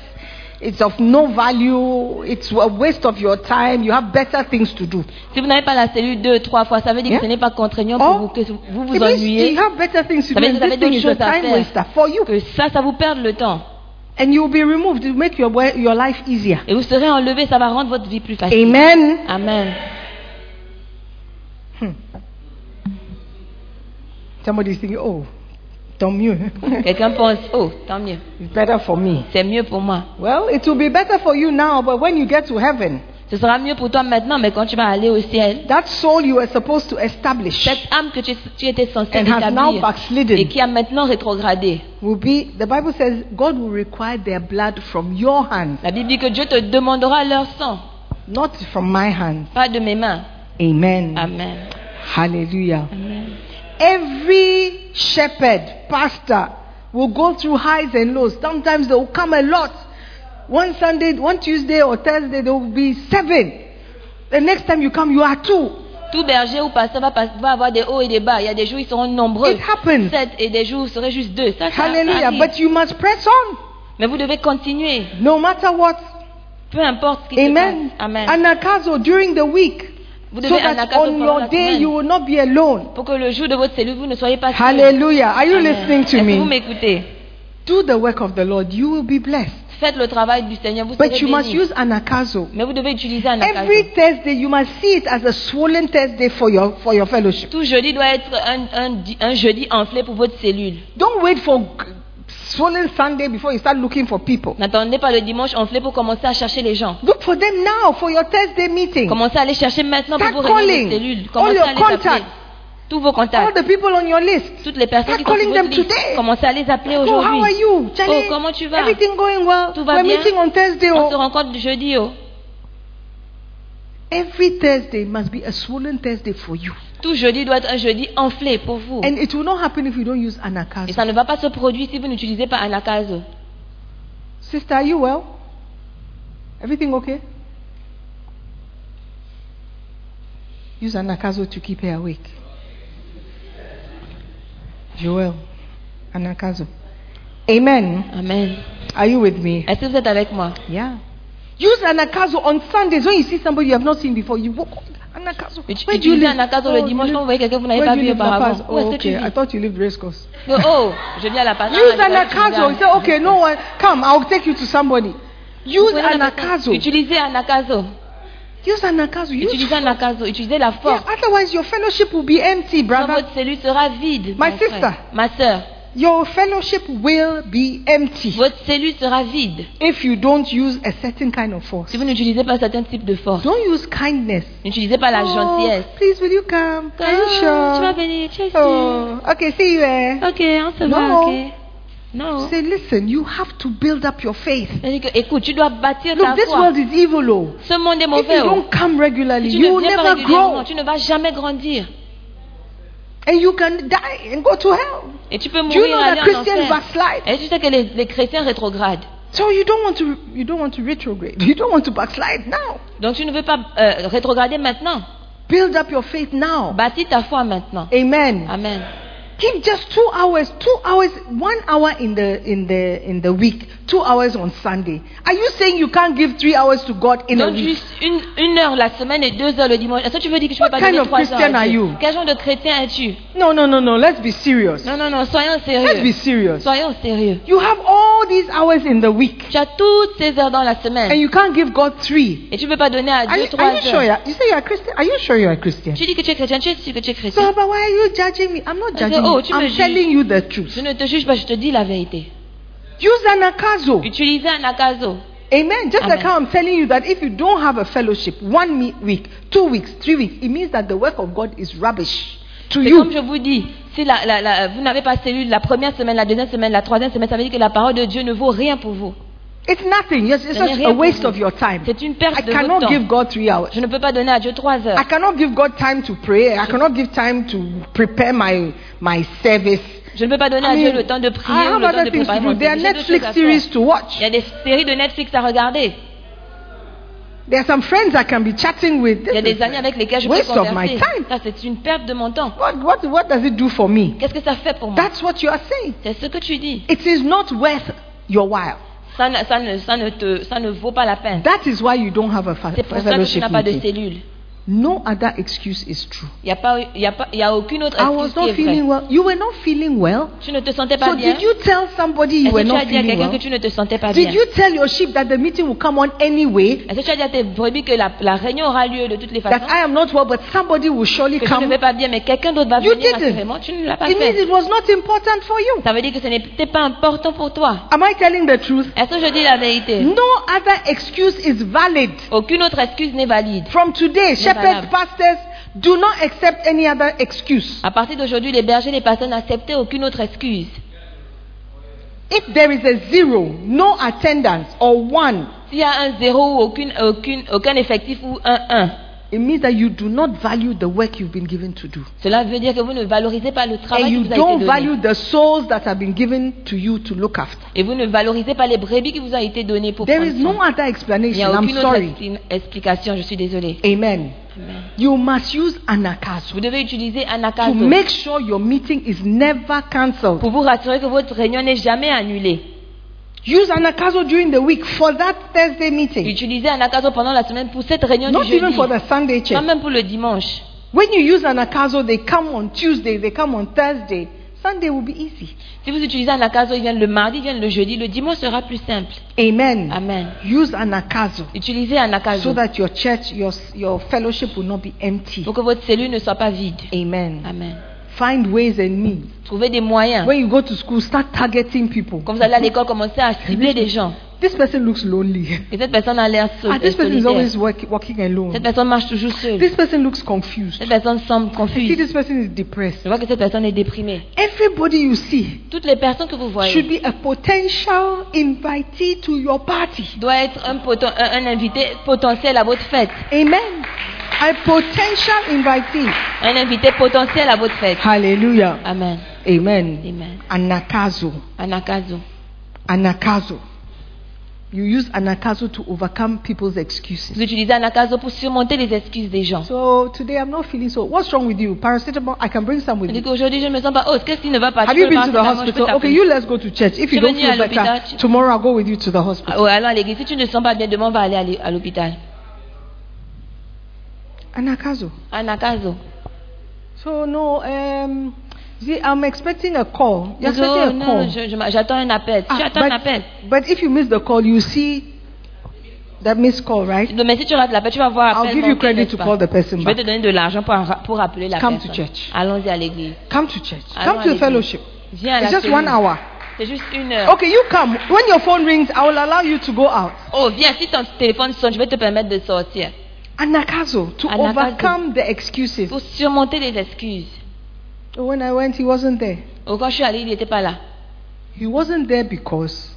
Speaker 4: it's of no value, it's a waste of your time, you have better things to do.
Speaker 2: Si vous n'avez pas la cellule deux, trois fois, ça veut dire
Speaker 4: Yeah.
Speaker 2: que ce n'est pas contraignant pour vous,
Speaker 4: Or,
Speaker 2: que vous vous
Speaker 4: it means
Speaker 2: ennuyez.
Speaker 4: you eh? have better things to
Speaker 2: Ça
Speaker 4: do,
Speaker 2: veut dire
Speaker 4: and
Speaker 2: que vous avez
Speaker 4: this thing
Speaker 2: d'autres
Speaker 4: is a
Speaker 2: choses à
Speaker 4: time waster
Speaker 2: faire.
Speaker 4: for you,
Speaker 2: Que ça, ça vous perd le temps.
Speaker 4: and you'll be removed. It'll make your, wo- your life easier.
Speaker 2: Et vous serez enlevé, ça va rendre votre vie plus facile.
Speaker 4: Amen.
Speaker 2: Amen.
Speaker 4: Somebody's thinking, oh, damn you.
Speaker 2: Quelqu'un pense, oh, tant mieux.
Speaker 4: It's better for me.
Speaker 2: C'est mieux pour moi.
Speaker 4: Well, it will be better for you now, but when you get to heaven,
Speaker 2: Ce sera mieux pour toi maintenant, mais quand tu vas aller au ciel,
Speaker 4: that soul you were supposed to establish
Speaker 2: cette âme que tu, tu étais censée
Speaker 4: and has now
Speaker 2: établir et
Speaker 4: backslidden
Speaker 2: qui a maintenant rétrogradé.
Speaker 4: will be, the Bible says, God will require their blood from your hands,
Speaker 2: La Bible dit que Dieu te demandera leur sang,
Speaker 4: not from my hand.
Speaker 2: pas de mes mains.
Speaker 4: Amen.
Speaker 2: Amen.
Speaker 4: Hallelujah.
Speaker 2: Amen.
Speaker 4: Every shepherd, pastor will go through highs and lows. Sometimes they will come a lot. One Sunday, one Tuesday or Thursday, there will be seven. The next time you come, you are two.
Speaker 2: Tout berger ou pasteur va, pas- va avoir des hauts et des bas. Il y a des jours ils seront nombreux.
Speaker 4: It happens.
Speaker 2: Sept et des jours seraient juste deux. Ça, ça- ça
Speaker 4: Hallelujah.
Speaker 2: arrive.
Speaker 4: But you must press on.
Speaker 2: Mais vous devez continuer,
Speaker 4: No matter what.
Speaker 2: peu importe ce qui se
Speaker 4: Amen.
Speaker 2: passe. Amen.
Speaker 4: Anakazo during the week.
Speaker 2: vous
Speaker 4: So
Speaker 2: devez
Speaker 4: that
Speaker 2: anakazo
Speaker 4: on
Speaker 2: pendant
Speaker 4: your
Speaker 2: la
Speaker 4: day
Speaker 2: semaine
Speaker 4: you will not be alone.
Speaker 2: pour que le jour de votre cellule vous ne soyez pas seul.
Speaker 4: Hallelujah. Are you
Speaker 2: Amen.
Speaker 4: listening
Speaker 2: Est-ce
Speaker 4: to
Speaker 2: que Vous
Speaker 4: me?
Speaker 2: m'écoutez.
Speaker 4: Do the work of the Lord. You will be blessed.
Speaker 2: Faites le travail du Seigneur. Vous serez
Speaker 4: But you must
Speaker 2: bénis.
Speaker 4: use anakazo.
Speaker 2: Mais vous devez utiliser un
Speaker 4: Every Thursday you must see it as a swollen Thursday for your for your fellowship.
Speaker 2: Tout jeudi doit être un, un di- un jeudi enflé pour votre cellule.
Speaker 4: Don't wait for g- swollen Sunday before you start looking for people.
Speaker 2: N'attendez pas le dimanche enflé pour commencer à chercher les gens.
Speaker 4: Look for them now for your Thursday meeting.
Speaker 2: Commencez à aller chercher maintenant pour
Speaker 4: Start
Speaker 2: vos réunions
Speaker 4: calling
Speaker 2: de cellules.
Speaker 4: all
Speaker 2: Commencez
Speaker 4: your
Speaker 2: à les appeler.
Speaker 4: contacts.
Speaker 2: Tous vos
Speaker 4: All
Speaker 2: contacts.
Speaker 4: the people on your list.
Speaker 2: Toutes les personnes qui
Speaker 4: Start
Speaker 2: sont sur votre
Speaker 4: calling them
Speaker 2: liste.
Speaker 4: today.
Speaker 2: Commencez à les appeler
Speaker 4: Oh, how are
Speaker 2: aujourd'hui.
Speaker 4: you? Charlie,
Speaker 2: Oh, comment tu vas?
Speaker 4: Everything going well?
Speaker 2: Tout va
Speaker 4: We're
Speaker 2: bien?
Speaker 4: meeting on Thursday.
Speaker 2: On
Speaker 4: oh.
Speaker 2: se rencontre jeudi. oh.
Speaker 4: Every Thursday must be a swollen Thursday for you.
Speaker 2: Tout jeudi doit être un jeudi enflé pour vous.
Speaker 4: And it will not happen if you don't use
Speaker 2: Et
Speaker 4: anakazo.
Speaker 2: ça ne va pas se produire si vous n'utilisez pas Anakazo.
Speaker 4: Sister, are you well? Everything okay? Use anakazo to keep her awake. Joel, anakazo. Amen.
Speaker 2: Amen.
Speaker 4: Are you with me?
Speaker 2: Est-ce que vous êtes avec moi?
Speaker 4: Yeah. Use anakazo on Sundays when you see somebody you have not seen before. You walk anakazo.
Speaker 2: Ut-
Speaker 4: Where do you
Speaker 2: utilisez
Speaker 4: live? Oh,
Speaker 2: anakazo le
Speaker 4: you
Speaker 2: dimanche
Speaker 4: live-
Speaker 2: quand vous voyez quelqu'un que vous n'avez
Speaker 4: where
Speaker 2: pas
Speaker 4: do you
Speaker 2: vu
Speaker 4: live, La
Speaker 2: auparavant.
Speaker 4: Paz?
Speaker 2: Où est-ce
Speaker 4: Oh,
Speaker 2: que tu
Speaker 4: okay.
Speaker 2: vis?
Speaker 4: I thought you lived race course.
Speaker 2: Que, oh, je viens à la patate.
Speaker 4: Use an acaso. He said, okay, no one. Come, I'll take you to somebody. Use an acaso.
Speaker 2: Utilisez Anakazo.
Speaker 4: Use an acaso. Use
Speaker 2: Utilisez Anakazo. Utilisez la
Speaker 4: yeah,
Speaker 2: force.
Speaker 4: otherwise, your fellowship will be empty,
Speaker 2: Sinon,
Speaker 4: brother.
Speaker 2: votre cellule sera vide.
Speaker 4: My
Speaker 2: mon
Speaker 4: sister.
Speaker 2: frère. Ma sœur.
Speaker 4: Your fellowship will be empty
Speaker 2: Votre cellule sera vide
Speaker 4: if you don't use a certain kind of force.
Speaker 2: si vous n'utilisez pas certains types de force.
Speaker 4: Don't use kindness.
Speaker 2: N'utilisez pas la
Speaker 4: Oh,
Speaker 2: gentillesse.
Speaker 4: please, will you come? Are
Speaker 2: Oh,
Speaker 4: you
Speaker 2: Tu vas
Speaker 4: sure?
Speaker 2: venir, tu es
Speaker 4: Oh, okay, see you there.
Speaker 2: sûre. Ok, on se voit,
Speaker 4: Non.
Speaker 2: ok. Non.
Speaker 4: Say, listen, you have to build up your faith.
Speaker 2: Elle dit que, écoute, tu dois bâtir
Speaker 4: Look,
Speaker 2: ta
Speaker 4: this
Speaker 2: foi.
Speaker 4: world is evil, oh.
Speaker 2: Ce monde est
Speaker 4: If
Speaker 2: mauvais.
Speaker 4: you
Speaker 2: oh.
Speaker 4: don't come regularly,
Speaker 2: Si tu
Speaker 4: you
Speaker 2: ne
Speaker 4: will
Speaker 2: viens pas
Speaker 4: never grow.
Speaker 2: régulièrement, tu ne vas jamais grandir.
Speaker 4: And you can die and go to hell.
Speaker 2: Et tu peux
Speaker 4: Do you
Speaker 2: mourir
Speaker 4: know
Speaker 2: aller
Speaker 4: that
Speaker 2: en
Speaker 4: Christians
Speaker 2: enfer.
Speaker 4: backslide?
Speaker 2: Et tu sais que les, les chrétiens rétrogradent.
Speaker 4: So you don't want to you don't want to retrograde. You don't want to backslide now.
Speaker 2: Donc tu ne veux pas euh, rétrograder maintenant.
Speaker 4: Build up your faith now.
Speaker 2: Bâtis ta foi maintenant.
Speaker 4: Amen.
Speaker 2: Amen.
Speaker 4: Keep just two hours, two hours, one hour in the in the in the week, two hours on Sunday. Are you saying you can't give three hours to God in a
Speaker 2: Donc
Speaker 4: week?
Speaker 2: juste une, une heure la semaine et deux heures le dimanche. Est-ce que tu veux dire que je ne peux
Speaker 4: What
Speaker 2: pas
Speaker 4: kind
Speaker 2: donner
Speaker 4: of
Speaker 2: trois heures à
Speaker 4: Christian are
Speaker 2: Dieu?
Speaker 4: you?
Speaker 2: Quel genre de chrétien es-tu
Speaker 4: No, no, no, no. Let's be serious.
Speaker 2: Non, non, non, soyons
Speaker 4: Let's be
Speaker 2: sérieux.
Speaker 4: serious.
Speaker 2: Soyons sérieux.
Speaker 4: You have all these hours in the week,
Speaker 2: Tu as toutes ces heures dans la
Speaker 4: and
Speaker 2: semaine
Speaker 4: you can't give God three.
Speaker 2: et tu ne peux pas donner à
Speaker 4: Are
Speaker 2: Dieu
Speaker 4: you,
Speaker 2: trois
Speaker 4: are you sure?
Speaker 2: heures.
Speaker 4: You're, you say you're a Christian. Are you sure you're a Christian?
Speaker 2: Tu dis que tu es chrétien, tu es sûr que tu es
Speaker 4: So,
Speaker 2: chrétien.
Speaker 4: but why are you judging me? I'm not
Speaker 2: I
Speaker 4: judging
Speaker 2: said, "Oh,
Speaker 4: you.
Speaker 2: tu me
Speaker 4: I'm
Speaker 2: juges."
Speaker 4: telling you the truth.
Speaker 2: Je ne te juge pas, je te dis la vérité.
Speaker 4: Use an akazo.
Speaker 2: Utilisez un akazo.
Speaker 4: Amen. Just like
Speaker 2: Amen.
Speaker 4: how I'm telling you that if you don't have a fellowship, one me- week, two weeks, three weeks, it means that the work of God is rubbish to
Speaker 2: C'est
Speaker 4: you.
Speaker 2: comme je vous dis, si la- la- la- vous n'avez pas cellule la première semaine, la deuxième semaine, la troisième semaine, ça veut dire que la parole de Dieu ne vaut rien pour vous.
Speaker 4: It's nothing. It's, it's
Speaker 2: Je n'ai
Speaker 4: just
Speaker 2: rien
Speaker 4: a waste
Speaker 2: pour
Speaker 4: of
Speaker 2: vous.
Speaker 4: your time.
Speaker 2: C'est une perte
Speaker 4: I
Speaker 2: de votre
Speaker 4: cannot
Speaker 2: temps.
Speaker 4: give God three hours.
Speaker 2: Je ne peux pas donner à Dieu trois heures.
Speaker 4: I cannot give God time to pray. I cannot give time to prepare my my service.
Speaker 2: Je ne peux pas donner
Speaker 4: I
Speaker 2: à Dieu
Speaker 4: mean,
Speaker 2: le temps de
Speaker 4: I
Speaker 2: prier ou le
Speaker 4: have
Speaker 2: temps
Speaker 4: other
Speaker 2: de
Speaker 4: things to
Speaker 2: préparer
Speaker 4: do.
Speaker 2: mon
Speaker 4: There are
Speaker 2: service. J'ai d'autres choses
Speaker 4: Netflix
Speaker 2: à
Speaker 4: series
Speaker 2: faire.
Speaker 4: to watch.
Speaker 2: Il y a des séries de Netflix à regarder.
Speaker 4: There are some friends I can be chatting with.
Speaker 2: Il y a
Speaker 4: This
Speaker 2: des amis
Speaker 4: is
Speaker 2: avec lesquels je peux
Speaker 4: waste of my
Speaker 2: converser.
Speaker 4: time.
Speaker 2: Ça, c'est une perte de mon temps.
Speaker 4: What, what, what does it do for me?
Speaker 2: Qu'est-ce que ça fait pour moi
Speaker 4: That's what you are saying.
Speaker 2: C'est ce que tu dis.
Speaker 4: It is not worth your while.
Speaker 2: Ça ne, ça ne, ça ne te, ça ne vaut pas la peine.
Speaker 4: That is why you don't have a fa-
Speaker 2: C'est pour ça que tu
Speaker 4: fellowship
Speaker 2: n'as pas de
Speaker 4: meeting.
Speaker 2: cellule.
Speaker 4: No other excuse is true.
Speaker 2: Il n'y a, pas- il y a, pas- il y a aucune autre
Speaker 4: I was
Speaker 2: excuse
Speaker 4: not
Speaker 2: qui est
Speaker 4: feeling
Speaker 2: vraie.
Speaker 4: well. You were not feeling well.
Speaker 2: Tu ne te sentais pas
Speaker 4: So
Speaker 2: bien.
Speaker 4: did you tell somebody you
Speaker 2: Est-ce
Speaker 4: were
Speaker 2: que tu as
Speaker 4: not
Speaker 2: dit à
Speaker 4: feeling
Speaker 2: quelqu'un que
Speaker 4: well?
Speaker 2: tu ne te sentais pas bien
Speaker 4: Did you tell your sheep that the meeting will come on anyway?
Speaker 2: Est-ce que tu as dit à tes brebis que la, la réunion aura lieu de toutes les
Speaker 4: That
Speaker 2: façons
Speaker 4: I am not well, but somebody will surely
Speaker 2: Que je ne
Speaker 4: come.
Speaker 2: vais pas bien, mais quelqu'un d'autre va
Speaker 4: You
Speaker 2: venir
Speaker 4: didn't.
Speaker 2: assurément. Tu ne l'as pas
Speaker 4: It means
Speaker 2: fait.
Speaker 4: it was not important for you.
Speaker 2: Ça veut dire que ce n'était pas important pour toi.
Speaker 4: Am I telling the truth?
Speaker 2: Est-ce que je dis la vérité
Speaker 4: No other excuse is valid.
Speaker 2: Aucune autre excuse n'est valide.
Speaker 4: From today,
Speaker 2: Never
Speaker 4: shepherds,
Speaker 2: have.
Speaker 4: pastors, do not accept any other excuse.
Speaker 2: À partir d'aujourd'hui, les bergers, les pasteurs n'acceptaient aucune autre excuse.
Speaker 4: If there is a zero, no attendance, or one,
Speaker 2: S'il y a un zéro ou aucune, aucune, aucun effectif ou un un,
Speaker 4: it means that you do not value the work you've been given to do.
Speaker 2: cela veut dire que vous ne valorisez pas le travail
Speaker 4: And
Speaker 2: qui
Speaker 4: you
Speaker 2: vous a été
Speaker 4: don't
Speaker 2: donné.
Speaker 4: value the souls that have been given to you to look after.
Speaker 2: Et vous ne valorisez pas les brebis qui vous ont été données pour
Speaker 4: There
Speaker 2: prendre
Speaker 4: is no
Speaker 2: soin.
Speaker 4: other
Speaker 2: Il n'y
Speaker 4: explanation.
Speaker 2: a
Speaker 4: I'm
Speaker 2: aucune autre
Speaker 4: sorry.
Speaker 2: expli- explication, je suis désolée.
Speaker 4: Amen. You must use
Speaker 2: Vous
Speaker 4: anakazo
Speaker 2: devez utiliser un
Speaker 4: to
Speaker 2: akazo
Speaker 4: make sure your meeting is never cancelled.
Speaker 2: pour vous rassurer que votre réunion n'est jamais annulée.
Speaker 4: Use anakazo during the week for that Thursday meeting,
Speaker 2: Utilisez un akazo pendant la semaine pour cette réunion
Speaker 4: not
Speaker 2: du jeudi,
Speaker 4: even for the Sunday
Speaker 2: pas
Speaker 4: church.
Speaker 2: même pour le dimanche.
Speaker 4: When you use anakazo, they come on Tuesday, they come on Thursday. Sunday will be easy.
Speaker 2: Si vous utilisez un akazo, ils viennent le mardi, ils viennent le jeudi, le dimanche sera plus simple.
Speaker 4: Amen.
Speaker 2: Amen.
Speaker 4: Use anakazo
Speaker 2: Utilisez un
Speaker 4: so
Speaker 2: akazo
Speaker 4: that your church, your, your fellowship will not be empty.
Speaker 2: pour que votre cellule ne soit pas vide.
Speaker 4: Amen.
Speaker 2: Amen.
Speaker 4: Find ways and means.
Speaker 2: Trouvez des moyens.
Speaker 4: When you go to school, start targeting people.
Speaker 2: Quand vous allez à l'école, commencez à cibler des gens.
Speaker 4: This person looks lonely.
Speaker 2: Et cette personne a l'air sol-
Speaker 4: Ah, this person is
Speaker 2: solitaire.
Speaker 4: always work, walking
Speaker 2: Cette
Speaker 4: alone.
Speaker 2: personne marche toujours seule.
Speaker 4: This person looks confused.
Speaker 2: Cette personne semble
Speaker 4: See,
Speaker 2: confuse.
Speaker 4: this person is depressed.
Speaker 2: Je vois que cette personne est déprimée.
Speaker 4: Everybody you see
Speaker 2: Toutes les personnes que vous
Speaker 4: should
Speaker 2: voyez
Speaker 4: be a potential invitee to your party.
Speaker 2: doit être un, poten- un- un invité potentiel à votre fête.
Speaker 4: Amen. A potential invitee.
Speaker 2: Un invité potentiel à votre fête.
Speaker 4: Hallelujah.
Speaker 2: Amen.
Speaker 4: Amen.
Speaker 2: Amen.
Speaker 4: Anakazo.
Speaker 2: Anakazo.
Speaker 4: Anakazo. You use anakazo to overcome people's excuses.
Speaker 2: Vous utilisez Anakazo pour surmonter les excuses des gens.
Speaker 4: So today I'm not feeling so. What's wrong with you? Paracetamol. I can bring some with
Speaker 2: Je dis
Speaker 4: me.
Speaker 2: qu'aujourd'hui, je ne me sens pas. Oh, qu'est-ce qui ne va pas
Speaker 4: Have
Speaker 2: Tu
Speaker 4: you
Speaker 2: peux
Speaker 4: been to the
Speaker 2: parler, maman, je peux
Speaker 4: hospital? Okay,
Speaker 2: t'appeler.
Speaker 4: you let's go to church. If
Speaker 2: Je
Speaker 4: you
Speaker 2: suis
Speaker 4: don't
Speaker 2: venue
Speaker 4: feel
Speaker 2: à l'hôpital,
Speaker 4: better,
Speaker 2: tu-
Speaker 4: tomorrow I'll go with you to the
Speaker 2: Ah,
Speaker 4: hospital.
Speaker 2: ouais, allons à l'église. Si tu ne sens pas bien, demain, on va aller à l'é- à l'hôpital.
Speaker 4: Anakazo.
Speaker 2: Anakazo.
Speaker 4: So no, um, see, I'm expecting a call. You're
Speaker 2: Ils disent, Oh,
Speaker 4: expecting a
Speaker 2: non,
Speaker 4: call.
Speaker 2: je- je- j'attends un appel.
Speaker 4: Ah,
Speaker 2: tu attends un appel.
Speaker 4: but, but if you miss the call, you see that missed call, right?
Speaker 2: Donc, mais si tu rates l'appel, tu vas voir.
Speaker 4: I'll
Speaker 2: appel
Speaker 4: give you
Speaker 2: manqué,
Speaker 4: credit
Speaker 2: n'est-ce
Speaker 4: to
Speaker 2: pas?
Speaker 4: call the person
Speaker 2: Je vais te
Speaker 4: back.
Speaker 2: donner de l'argent pour, en ra- pour appeler la
Speaker 4: Come to
Speaker 2: personne.
Speaker 4: church.
Speaker 2: Allons-y à l'église.
Speaker 4: Come to church.
Speaker 2: Allons
Speaker 4: Come
Speaker 2: à
Speaker 4: to the
Speaker 2: l'église.
Speaker 4: fellowship.
Speaker 2: Viens à la
Speaker 4: It's just
Speaker 2: cellule.
Speaker 4: one hour.
Speaker 2: C'est juste une heure.
Speaker 4: Okay, you come. When your phone rings, I will allow you to go out.
Speaker 2: Oh, viens, si ton téléphone sonne, je vais te permettre de sortir.
Speaker 4: Anakazo to
Speaker 2: Anakazo.
Speaker 4: overcome the excuses.
Speaker 2: Pour surmonter les excuses.
Speaker 4: When I went, he wasn't there.
Speaker 2: Oh, quand je suis allée, il n'était pas là.
Speaker 4: He wasn't there because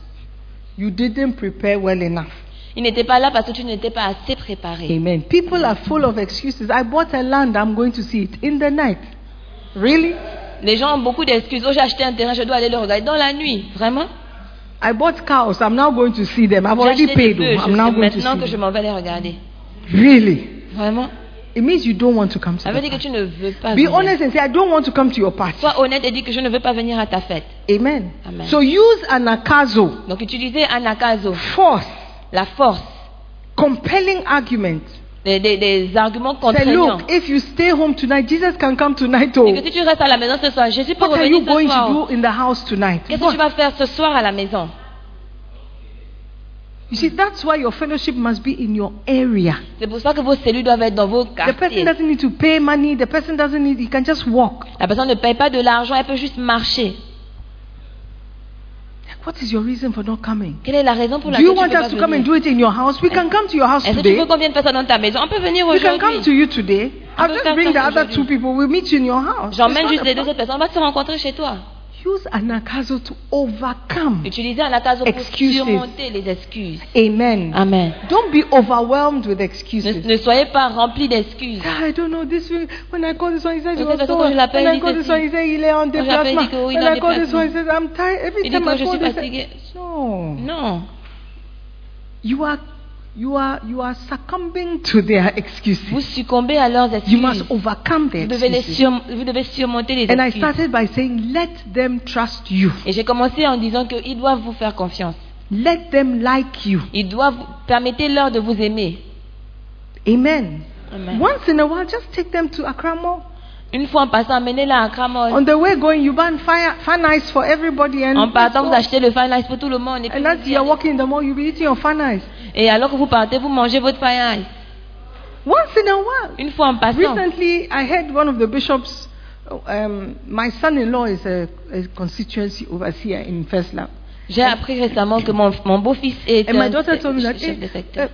Speaker 4: you didn't prepare well enough.
Speaker 2: Il n'était pas là parce que tu n'étais pas assez préparé.
Speaker 4: Amen. People are full of excuses. I bought a land, I'm going to see it in the night. Really?
Speaker 2: Les gens ont beaucoup d'excuses. Oh, j'ai acheté un terrain, je dois aller le regarder dans la nuit. Vraiment
Speaker 4: I bought cows. I'm now going to see them. I've
Speaker 2: J'ai
Speaker 4: already
Speaker 2: acheté des
Speaker 4: paid.
Speaker 2: bœufs, je
Speaker 4: oh,
Speaker 2: sais
Speaker 4: I'm now going to
Speaker 2: maintenant que
Speaker 4: see
Speaker 2: je
Speaker 4: them.
Speaker 2: m'en vais les regarder.
Speaker 4: Really?
Speaker 2: Vraiment
Speaker 4: It means you don't want to come to
Speaker 2: Ça
Speaker 4: the
Speaker 2: veut dire que
Speaker 4: party.
Speaker 2: tu ne veux pas
Speaker 4: Be
Speaker 2: venir.
Speaker 4: honest and say, I don't want to come to your party.
Speaker 2: Sois honnête et dis que je ne veux pas venir à ta fête.
Speaker 4: Amen.
Speaker 2: Amen.
Speaker 4: So use anakazo,
Speaker 2: Donc utilisez anakazo,
Speaker 4: force,
Speaker 2: la force,
Speaker 4: compelling argument.
Speaker 2: des, des- des arguments
Speaker 4: Say,
Speaker 2: contraignants.
Speaker 4: look, if you stay home tonight, Jesus can come tonight.
Speaker 2: Et que
Speaker 4: Oh.
Speaker 2: si tu restes à la maison ce soir, Jésus peut
Speaker 4: What are you
Speaker 2: revenir ce
Speaker 4: going
Speaker 2: soir.
Speaker 4: to do in the house tonight?
Speaker 2: Qu'est-ce que
Speaker 4: What?
Speaker 2: tu vas faire ce soir à la maison
Speaker 4: You see, that's why your fellowship must be in your area.
Speaker 2: C'est pour ça que vos cellules doivent être dans vos
Speaker 4: The person
Speaker 2: quartiers.
Speaker 4: doesn't need to pay money. The person doesn't need. He can just walk.
Speaker 2: La personne ne paye pas de l'argent, elle peut juste marcher.
Speaker 4: What is your reason for not coming?
Speaker 2: Quelle est la raison pour
Speaker 4: Do
Speaker 2: laquelle
Speaker 4: you
Speaker 2: tu ne
Speaker 4: want
Speaker 2: peux pas
Speaker 4: us to come and
Speaker 2: venir
Speaker 4: do it in your house? We can come to your house
Speaker 2: Est-ce que tu
Speaker 4: today.
Speaker 2: veux qu'on vienne faire ça dans ta maison On peut venir
Speaker 4: We can come to
Speaker 2: aujourd'hui.
Speaker 4: you today. I'll
Speaker 2: peut
Speaker 4: just
Speaker 2: faire
Speaker 4: bring the
Speaker 2: ça
Speaker 4: other
Speaker 2: aujourd'hui.
Speaker 4: two people. We'll meet you in your house. It's
Speaker 2: J'emmène
Speaker 4: not
Speaker 2: juste
Speaker 4: a
Speaker 2: les deux autres personnes,
Speaker 4: problem.
Speaker 2: on va se rencontrer chez toi.
Speaker 4: Use anakazo to overcome.
Speaker 2: Utilisez anakazo pour
Speaker 4: Excuses.
Speaker 2: surmonter les excuses.
Speaker 4: Amen.
Speaker 2: Amen.
Speaker 4: Don't be overwhelmed with
Speaker 2: Ne,
Speaker 4: excuses. Ah,
Speaker 2: ne soyez pas remplis d'excuses.
Speaker 4: I don't know this week. When I call this one, he says he
Speaker 2: De toute
Speaker 4: was
Speaker 2: façon,
Speaker 4: so.
Speaker 2: quand je
Speaker 4: When
Speaker 2: l'appelle,
Speaker 4: I
Speaker 2: il
Speaker 4: call
Speaker 2: dit
Speaker 4: this one, he
Speaker 2: ceci.
Speaker 4: says he lay on
Speaker 2: Quand je l'appelle, il dit que
Speaker 4: déplacement.
Speaker 2: oui,
Speaker 4: When
Speaker 2: il est en
Speaker 4: I call this one, he
Speaker 2: déplacement.
Speaker 4: says I'm tired. Every
Speaker 2: Il dit
Speaker 4: time
Speaker 2: que
Speaker 4: I
Speaker 2: je
Speaker 4: call
Speaker 2: suis
Speaker 4: this,
Speaker 2: fatigué.
Speaker 4: no.
Speaker 2: Non.
Speaker 4: You are, you are, you are succumbing to their
Speaker 2: Vous
Speaker 4: excuses.
Speaker 2: succombez à leurs
Speaker 4: You
Speaker 2: excuses.
Speaker 4: must overcome
Speaker 2: Vous
Speaker 4: their
Speaker 2: devez, les
Speaker 4: excuses.
Speaker 2: surm- vous devez surmonter les
Speaker 4: And I
Speaker 2: excuses.
Speaker 4: started by saying, let them trust you.
Speaker 2: Et j'ai commencé en disant qu'ils doivent vous faire confiance.
Speaker 4: Let them like you.
Speaker 2: Ils doivent permettez-leur de vous aimer.
Speaker 4: Amen.
Speaker 2: Amen.
Speaker 4: Once in a while, just take them to Accra Mall.
Speaker 2: Une fois en passant, amenez-la à Kramol.
Speaker 4: On the way going, you buy fire, fan ice for everybody. And,
Speaker 2: En partant, vous
Speaker 4: and
Speaker 2: achetez le fine ice pour tout le monde. Et, puis
Speaker 4: as
Speaker 2: vous y
Speaker 4: you're
Speaker 2: allez.
Speaker 4: walking in the mall, you'll be eating your fan ice.
Speaker 2: Et alors que vous partez, vous mangez votre fine ice.
Speaker 4: Once in a while.
Speaker 2: Une fois en passant.
Speaker 4: Recently, I heard one of the bishops. Um, my son-in-law is a, a constituency overseer in First Lab,
Speaker 2: J'ai appris récemment que mon, mon beau-fils est
Speaker 4: and my
Speaker 2: un
Speaker 4: daughter told me that
Speaker 2: chef de
Speaker 4: eh,
Speaker 2: secteur.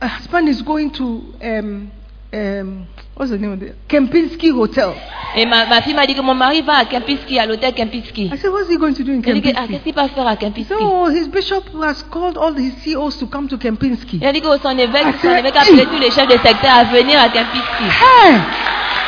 Speaker 4: uh, husband is going to um, um, what's the name of the Kempinski Hotel.
Speaker 2: Et ma, ma fille m'a dit que mon mari va à Kempinski, à l'hôtel Kempiski.
Speaker 4: I said, what's he going to do in
Speaker 2: Elle dit que, ah,
Speaker 4: Kempinski?
Speaker 2: qu'est-ce qu'il va faire à
Speaker 4: He
Speaker 2: Kempiski
Speaker 4: said, oh, his bishop has called all his CEOs to come to Kempinski.
Speaker 2: Il a dit que son
Speaker 4: Ah,
Speaker 2: évêque, son
Speaker 4: c'est-
Speaker 2: évêque a appelé tous les chefs de secteur à venir à Kempiski.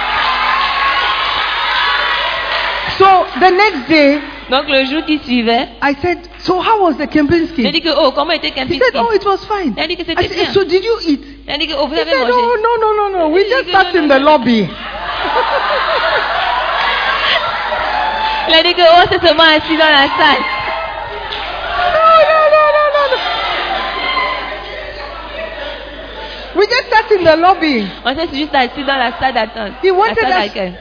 Speaker 4: Hey! So the next day,
Speaker 2: Donc le jour qui suivait,
Speaker 4: I said, so how was the
Speaker 2: j'ai dit
Speaker 4: Kempinski?
Speaker 2: que, oh, comment était
Speaker 4: He
Speaker 2: Kempiski
Speaker 4: said, oh, it was fine.
Speaker 2: Elle a dit que
Speaker 4: I
Speaker 2: c'était
Speaker 4: said,
Speaker 2: bien.
Speaker 4: so did you eat?
Speaker 2: Elle a dit que, oh, vous
Speaker 4: He
Speaker 2: avez
Speaker 4: said, oh,
Speaker 2: mangé.
Speaker 4: no, no, no, no. We
Speaker 2: He
Speaker 4: just
Speaker 2: said,
Speaker 4: sat
Speaker 2: no,
Speaker 4: in
Speaker 2: no,
Speaker 4: the
Speaker 2: no.
Speaker 4: lobby.
Speaker 2: Elle a dit que, oh, c'est seulement assis dans la salle.
Speaker 4: No, no, no, no, no, no. We just sat in the lobby.
Speaker 2: On s'est juste assis dans la salle d'attente.
Speaker 4: He wanted
Speaker 2: la salle
Speaker 4: us-
Speaker 2: d'accueil.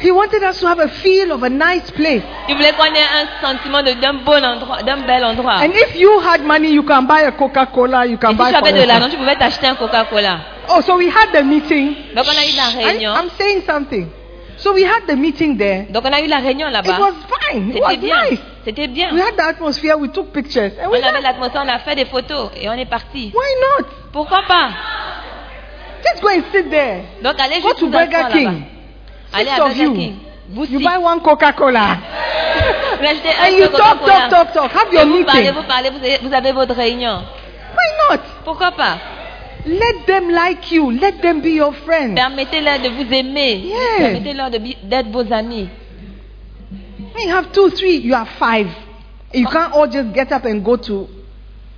Speaker 4: He wanted us to have a feel of a nice place.
Speaker 2: Il voulait qu'on ait un sentiment de- d'un bon endroit, d'un bel endroit.
Speaker 4: And if you had money, you can buy a Coca-Cola, you
Speaker 2: Et
Speaker 4: can
Speaker 2: si
Speaker 4: buy
Speaker 2: tu avais de l'argent,
Speaker 4: Coca-Cola.
Speaker 2: tu pouvais t'acheter un Coca-Cola.
Speaker 4: Oh, so we had the meeting.
Speaker 2: Donc on a eu la
Speaker 4: I,
Speaker 2: réunion.
Speaker 4: I'm saying something. So we had the meeting there.
Speaker 2: Donc on a eu la réunion
Speaker 4: It
Speaker 2: là-bas.
Speaker 4: was fine. It
Speaker 2: C'était
Speaker 4: was
Speaker 2: bien.
Speaker 4: nice.
Speaker 2: C'était bien.
Speaker 4: We had the atmosphere. We took pictures. And
Speaker 2: On
Speaker 4: we
Speaker 2: avait
Speaker 4: had,
Speaker 2: l'atmosphère, on a fait des photos et on est parti.
Speaker 4: why not?
Speaker 2: Pourquoi pas
Speaker 4: Just go and sit there.
Speaker 2: Donc allez
Speaker 4: Go
Speaker 2: juste
Speaker 4: to
Speaker 2: vous asseoir
Speaker 4: Burger
Speaker 2: là-bas.
Speaker 4: King.
Speaker 2: Allez
Speaker 4: Six
Speaker 2: à
Speaker 4: of
Speaker 2: Burger
Speaker 4: you.
Speaker 2: King. Vous
Speaker 4: You
Speaker 2: six.
Speaker 4: buy one Coca-Cola.
Speaker 2: Vous achetez un
Speaker 4: And you
Speaker 2: seul
Speaker 4: talk,
Speaker 2: Coca-Cola.
Speaker 4: talk, talk, talk. Have
Speaker 2: Et
Speaker 4: your
Speaker 2: vous parlez,
Speaker 4: meeting.
Speaker 2: vous parlez, vous avez, vous avez votre réunion.
Speaker 4: Why not?
Speaker 2: Pourquoi pas
Speaker 4: Let them like you. Let them be your friend.
Speaker 2: Permettez-leur de vous aimer.
Speaker 4: Hmm. Yeah.
Speaker 2: Permettez-leur de bi- d'être vos amis.
Speaker 4: When you have two, three, you have five. You can't all just get up and go to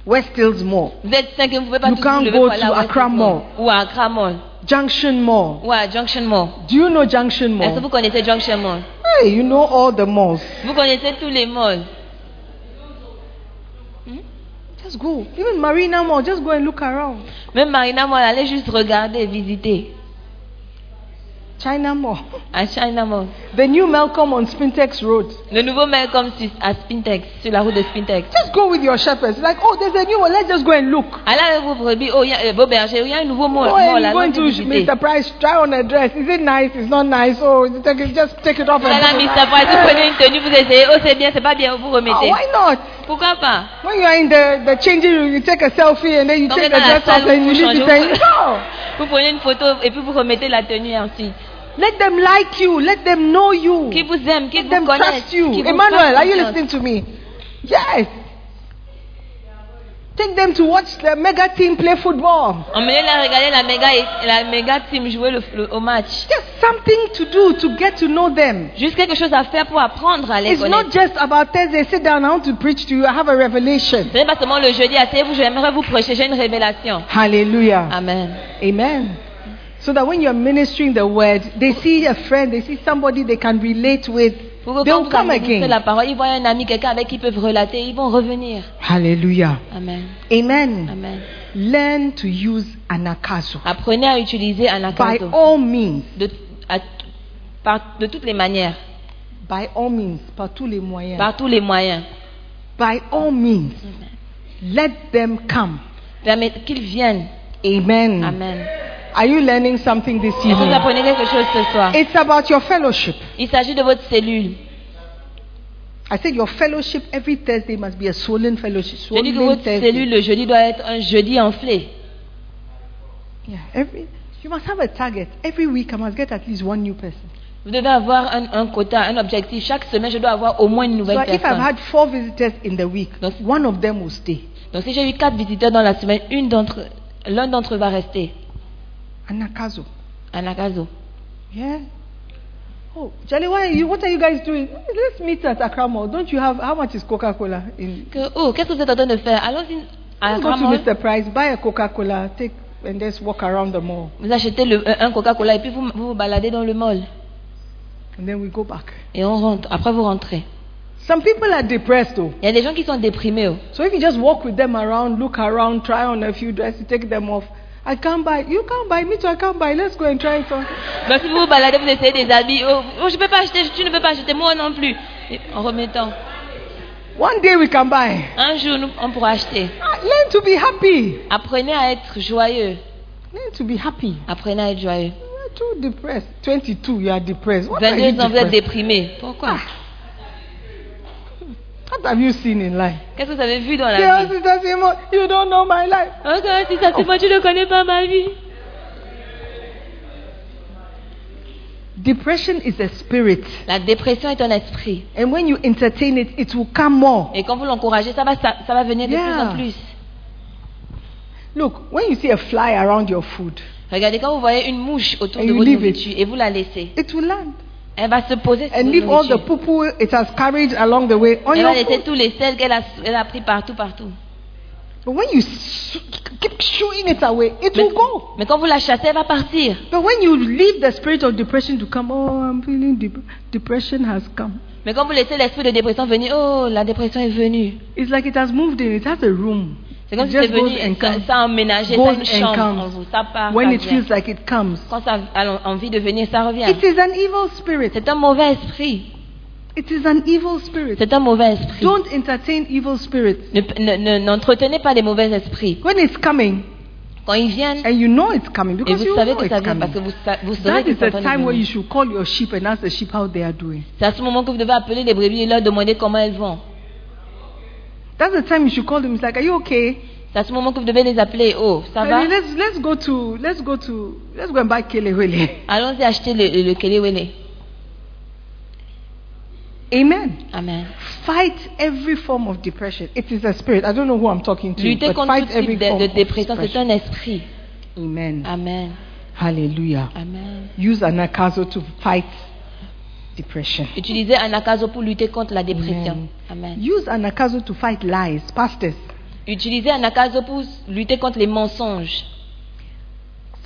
Speaker 4: West Hills Mall,
Speaker 2: Vous êtes cinq et vous ne pouvez pas
Speaker 4: You
Speaker 2: tous
Speaker 4: can't
Speaker 2: vous lever
Speaker 4: go
Speaker 2: pour aller
Speaker 4: to
Speaker 2: à
Speaker 4: Accra
Speaker 2: Westfield
Speaker 4: Mall.
Speaker 2: Ou à Accra Mall.
Speaker 4: Junction Mall.
Speaker 2: Ou à Junction Mall.
Speaker 4: Do you know Junction
Speaker 2: Est-ce que vous
Speaker 4: Mall?
Speaker 2: connaissez Junction Mall
Speaker 4: Hey, you know all the malls.
Speaker 2: Vous connaissez tous les malls.
Speaker 4: Just go. Even Marina Mall, just go and look around.
Speaker 2: Même Marina Mall, allez juste regarder, visiter.
Speaker 4: China Mall.
Speaker 2: À China Mall.
Speaker 4: The new Malcolm on Spintex Road.
Speaker 2: Le nouveau Malcolm sur- à Spintex, sur la route de Spintex.
Speaker 4: Just go with your shepherds. Like, oh, there's a new one. Let's just go and look.
Speaker 2: Allez avec vos brebis, oh, il y a, euh, vos bergers, il y a un nouveau mall.
Speaker 4: Go
Speaker 2: mall,
Speaker 4: and
Speaker 2: allez
Speaker 4: go into
Speaker 2: visiter.
Speaker 4: Mr. Price. Try on a dress. Is it nice? It's not nice. Oh, you take it- just take it off
Speaker 2: Vous allez à
Speaker 4: and put it
Speaker 2: Mr.
Speaker 4: back.
Speaker 2: Price, vous prenez une tenue, vous essayez, oh c'est bien, c'est pas bien, vous
Speaker 4: Oh,
Speaker 2: remettez.
Speaker 4: why not?
Speaker 2: Pourquoi pas
Speaker 4: When you are in the, the changing room, you take a selfie and then you
Speaker 2: Don't
Speaker 4: take
Speaker 2: get
Speaker 4: the
Speaker 2: on
Speaker 4: dress
Speaker 2: that
Speaker 4: off and you
Speaker 2: side,
Speaker 4: leave it
Speaker 2: don't
Speaker 4: there. You
Speaker 2: push
Speaker 4: go.
Speaker 2: Vous prenez une photo et puis vous remettez la tenue ensuite.
Speaker 4: Let them like you. Let them know you.
Speaker 2: Qui vous aime, qui
Speaker 4: Oh. Let
Speaker 2: vous
Speaker 4: them
Speaker 2: connaît,
Speaker 4: trust you.
Speaker 2: qui vous
Speaker 4: Emmanuel,
Speaker 2: fasse
Speaker 4: are you
Speaker 2: confiance.
Speaker 4: listening to me? Yes. Take them to watch the mega team play football.
Speaker 2: Emmenez-la regarder la méga, la méga team jouer le, le- au match.
Speaker 4: Just something to do to get to know them.
Speaker 2: Juste quelque chose à faire pour apprendre à les
Speaker 4: It's
Speaker 2: connaître.
Speaker 4: not just about Thursday, sit down, I want to preach to you, I have a revelation.
Speaker 2: Ce n'est pas seulement le jeudi, asseyez-vous, j'aimerais vous prêcher, j'ai une révélation.
Speaker 4: Hallelujah.
Speaker 2: Amen.
Speaker 4: Amen. So that when you're ministering the word, they see a friend, they see somebody they can relate with,
Speaker 2: Pour que quand
Speaker 4: they'll
Speaker 2: vous
Speaker 4: come
Speaker 2: administrez la
Speaker 4: again.
Speaker 2: parole, ils voient un ami, quelqu'un avec qui ils peuvent relater, ils vont revenir.
Speaker 4: Hallelujah.
Speaker 2: Amen.
Speaker 4: Amen.
Speaker 2: Amen.
Speaker 4: Learn to use anakazo.
Speaker 2: Apprenez à utiliser
Speaker 4: By
Speaker 2: Anakazo
Speaker 4: all means,
Speaker 2: de, à- par- de toutes les manières,
Speaker 4: by all means, par tous les moyens.
Speaker 2: par tous les moyens.
Speaker 4: By all means, let them come.
Speaker 2: Permettez qu'ils viennent.
Speaker 4: Amen.
Speaker 2: Amen.
Speaker 4: Are you learning something this
Speaker 2: Et vous
Speaker 4: evening?
Speaker 2: apprenez quelque chose ce soir.
Speaker 4: It's about your fellowship.
Speaker 2: Il s'agit de votre cellule.
Speaker 4: I said your fellowship every Thursday must be a swollen fellowship.
Speaker 2: Je dis que
Speaker 4: Swollen
Speaker 2: votre cellule
Speaker 4: Thursday.
Speaker 2: le jeudi doit être un jeudi enflé.
Speaker 4: Yeah, every, you must have a target. Every week I must get at least one new person.
Speaker 2: Vous devez avoir un, un quota, un objectif. Chaque semaine, je dois avoir au moins une
Speaker 4: So
Speaker 2: nouvelle
Speaker 4: if
Speaker 2: personne.
Speaker 4: I've had four visitors in the week,
Speaker 2: That's-
Speaker 4: one of them will stay.
Speaker 2: Donc si j'ai eu quatre visiteurs dans la semaine, une d'entre l'un d'entre eux va rester
Speaker 4: Anakazo.
Speaker 2: à Nakazo.
Speaker 4: Yeah. Oh, Jolly, why are you, what are you guys doing? Let's meet at Accra Mall. Don't you have, how much is Coca-Cola? In,
Speaker 2: Que, oh, qu'est-ce que vous êtes en train de faire Allons-y à
Speaker 4: Don't go
Speaker 2: Ramon.
Speaker 4: to Mr. Price, buy a Coca-Cola, take, and just walk around the mall.
Speaker 2: Vous achetez le- un un Coca-Cola et puis vous, vous vous baladez dans le mall.
Speaker 4: And then we go back.
Speaker 2: Et on rentre. Après, vous rentrez.
Speaker 4: Some people are depressed though.
Speaker 2: Il y a des gens qui sont déprimés. oh.
Speaker 4: So if you just walk with them around, look around, try on a few dresses, take them off. I can't buy. You can't buy. Me too. I can't buy. Let's go and try it on.
Speaker 2: Donc si vous vous baladez, vous essayez des habits. Oh, oh, je ne peux pas acheter, tu ne peux pas acheter, moi non plus. Et en remettant.
Speaker 4: One day we can buy.
Speaker 2: Un jour, nous- on pourra acheter.
Speaker 4: Ah, Learn to be happy.
Speaker 2: Apprenez à être joyeux.
Speaker 4: Learn to be happy.
Speaker 2: Apprenez à être joyeux.
Speaker 4: You're too depressed. 22, you are depressed. What are you
Speaker 2: 22 ans, vous êtes
Speaker 4: depressed?
Speaker 2: déprimé. Pourquoi
Speaker 4: What have you seen in life?
Speaker 2: Qu'est-ce que vous avez vu dans la
Speaker 4: Yes,
Speaker 2: vie
Speaker 4: Sister Simone, you don't know my life.
Speaker 2: Oh, comment si ça, c'est moi, tu ne connais pas ma vie.
Speaker 4: Depression is a spirit,
Speaker 2: La dépression est un esprit.
Speaker 4: and when you entertain it, it will come more.
Speaker 2: Et quand vous l'encouragez, ça va, ça, ça va venir de
Speaker 4: Yeah.
Speaker 2: plus en plus.
Speaker 4: Look, when you see a fly around your food,
Speaker 2: Regardez, quand vous voyez une mouche autour
Speaker 4: And
Speaker 2: de
Speaker 4: you
Speaker 2: votre
Speaker 4: leave it.
Speaker 2: nourriture et vous la laissez,
Speaker 4: it will land
Speaker 2: elle va se poser sur
Speaker 4: and
Speaker 2: votre
Speaker 4: leave all the
Speaker 2: nourriture.
Speaker 4: poo poo it has carried along the way on
Speaker 2: Elle va
Speaker 4: your food.
Speaker 2: laisser tous les sels qu'elle a, elle a pris partout, partout.
Speaker 4: But when you shoo- keep shooing it away, it
Speaker 2: Mais,
Speaker 4: will go.
Speaker 2: mais quand vous la chassez, elle va partir.
Speaker 4: But when you leave the spirit of depression to come, oh, I'm feeling dep- depression has come.
Speaker 2: Mais quand vous laissez l'esprit de dépression venir, oh, la dépression est venue.
Speaker 4: It's like it has moved in. It has a room.
Speaker 2: C'est comme
Speaker 4: It
Speaker 2: si c'est
Speaker 4: just goes
Speaker 2: venu,
Speaker 4: and
Speaker 2: ça,
Speaker 4: comes.
Speaker 2: ça a emménagé, ça a
Speaker 4: Goes
Speaker 2: une
Speaker 4: and
Speaker 2: chambre en vous,
Speaker 4: comes.
Speaker 2: ça part,
Speaker 4: When
Speaker 2: ça
Speaker 4: it
Speaker 2: vient.
Speaker 4: feels like it comes,
Speaker 2: Quand ça a l'en- envie de venir, ça revient.
Speaker 4: it is an evil spirit.
Speaker 2: C'est un mauvais esprit.
Speaker 4: It is an evil spirit.
Speaker 2: C'est un mauvais esprit.
Speaker 4: Don't entertain evil spirits.
Speaker 2: Ne- ne- ne- N'entretenez pas des mauvais esprits.
Speaker 4: When it's coming,
Speaker 2: Quand ils viennent,
Speaker 4: and you know it's coming
Speaker 2: et
Speaker 4: because
Speaker 2: vous
Speaker 4: you
Speaker 2: savez
Speaker 4: know
Speaker 2: que ça
Speaker 4: it's
Speaker 2: vient parce que
Speaker 4: coming.
Speaker 2: vous, sa- vous saurez
Speaker 4: That
Speaker 2: que
Speaker 4: is
Speaker 2: ça
Speaker 4: the
Speaker 2: vient.
Speaker 4: time where you
Speaker 2: de vous.
Speaker 4: should call your sheep and ask the sheep how they are doing.
Speaker 2: C'est à ce moment que vous devez appeler les brebis et leur demander comment elles vont.
Speaker 4: That's the time you should call them. It's like, are you okay?
Speaker 2: C'est à ce moment que vous devez les appeler. Oh, ça va
Speaker 4: Honey, let's let's go to let's go to let's go and buy kelewele.
Speaker 2: Allons-y acheter le, le kelewele.
Speaker 4: Amen.
Speaker 2: Amen.
Speaker 4: Fight every form of depression. It is a spirit. I don't know who I'm talking to,
Speaker 2: Lutter
Speaker 4: but
Speaker 2: contre
Speaker 4: fight
Speaker 2: tout
Speaker 4: every
Speaker 2: type
Speaker 4: form
Speaker 2: de, de
Speaker 4: of
Speaker 2: dépression, c'est
Speaker 4: depression.
Speaker 2: un esprit.
Speaker 4: Amen.
Speaker 2: Amen.
Speaker 4: Hallelujah.
Speaker 2: Amen.
Speaker 4: Use anakazo to fight depression.
Speaker 2: Utilisez Anakazo pour lutter contre la dépression. Amen.
Speaker 4: Use anakazo to fight lies, pastors.
Speaker 2: Utilisez Anakazo pour lutter contre les mensonges.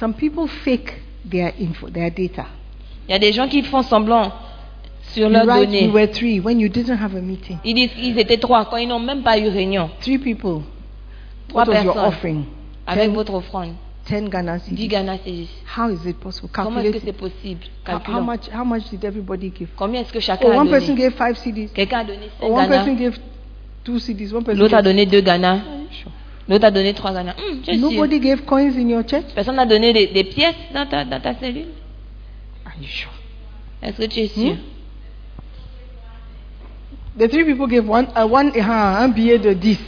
Speaker 4: Some people fake their info, their data.
Speaker 2: Il y a des gens qui font semblant sur
Speaker 4: You
Speaker 2: leurs
Speaker 4: write you
Speaker 2: données.
Speaker 4: were three when you didn't have a meeting.
Speaker 2: Ils disent qu'ils étaient trois quand ils n'ont même pas eu réunion.
Speaker 4: Three people.
Speaker 2: Trois
Speaker 4: What was your
Speaker 2: personnes.
Speaker 4: offering?
Speaker 2: Avec
Speaker 4: Ten-
Speaker 2: votre offrande.
Speaker 4: Ten Ghana cedis.
Speaker 2: 10 Ghana CDs.
Speaker 4: How is it possible?
Speaker 2: Comment est-ce
Speaker 4: Calculate
Speaker 2: que
Speaker 4: it.
Speaker 2: c'est possible
Speaker 4: How, how
Speaker 2: Calculons.
Speaker 4: much? How much did everybody give?
Speaker 2: Combien est-ce que
Speaker 4: Oh,
Speaker 2: chacun a
Speaker 4: one person
Speaker 2: donné
Speaker 4: gave five CDs.
Speaker 2: Quelqu'un a donné 5
Speaker 4: Or one
Speaker 2: Ghana.
Speaker 4: person gave two CDs. One person.
Speaker 2: L'autre a
Speaker 4: gave-
Speaker 2: donné 2 Ghana.
Speaker 4: Are you sure?
Speaker 2: L'autre a donné 3 Ghana. Hum, je suis sûre.
Speaker 4: Nobody gave coins in your church.
Speaker 2: Personne n'a donné des, des pièces dans ta, dans ta cellule
Speaker 4: Are you sure?
Speaker 2: Est-ce que tu es sûr
Speaker 4: The three people gave one. Uh, one. Uh, un billet de 10.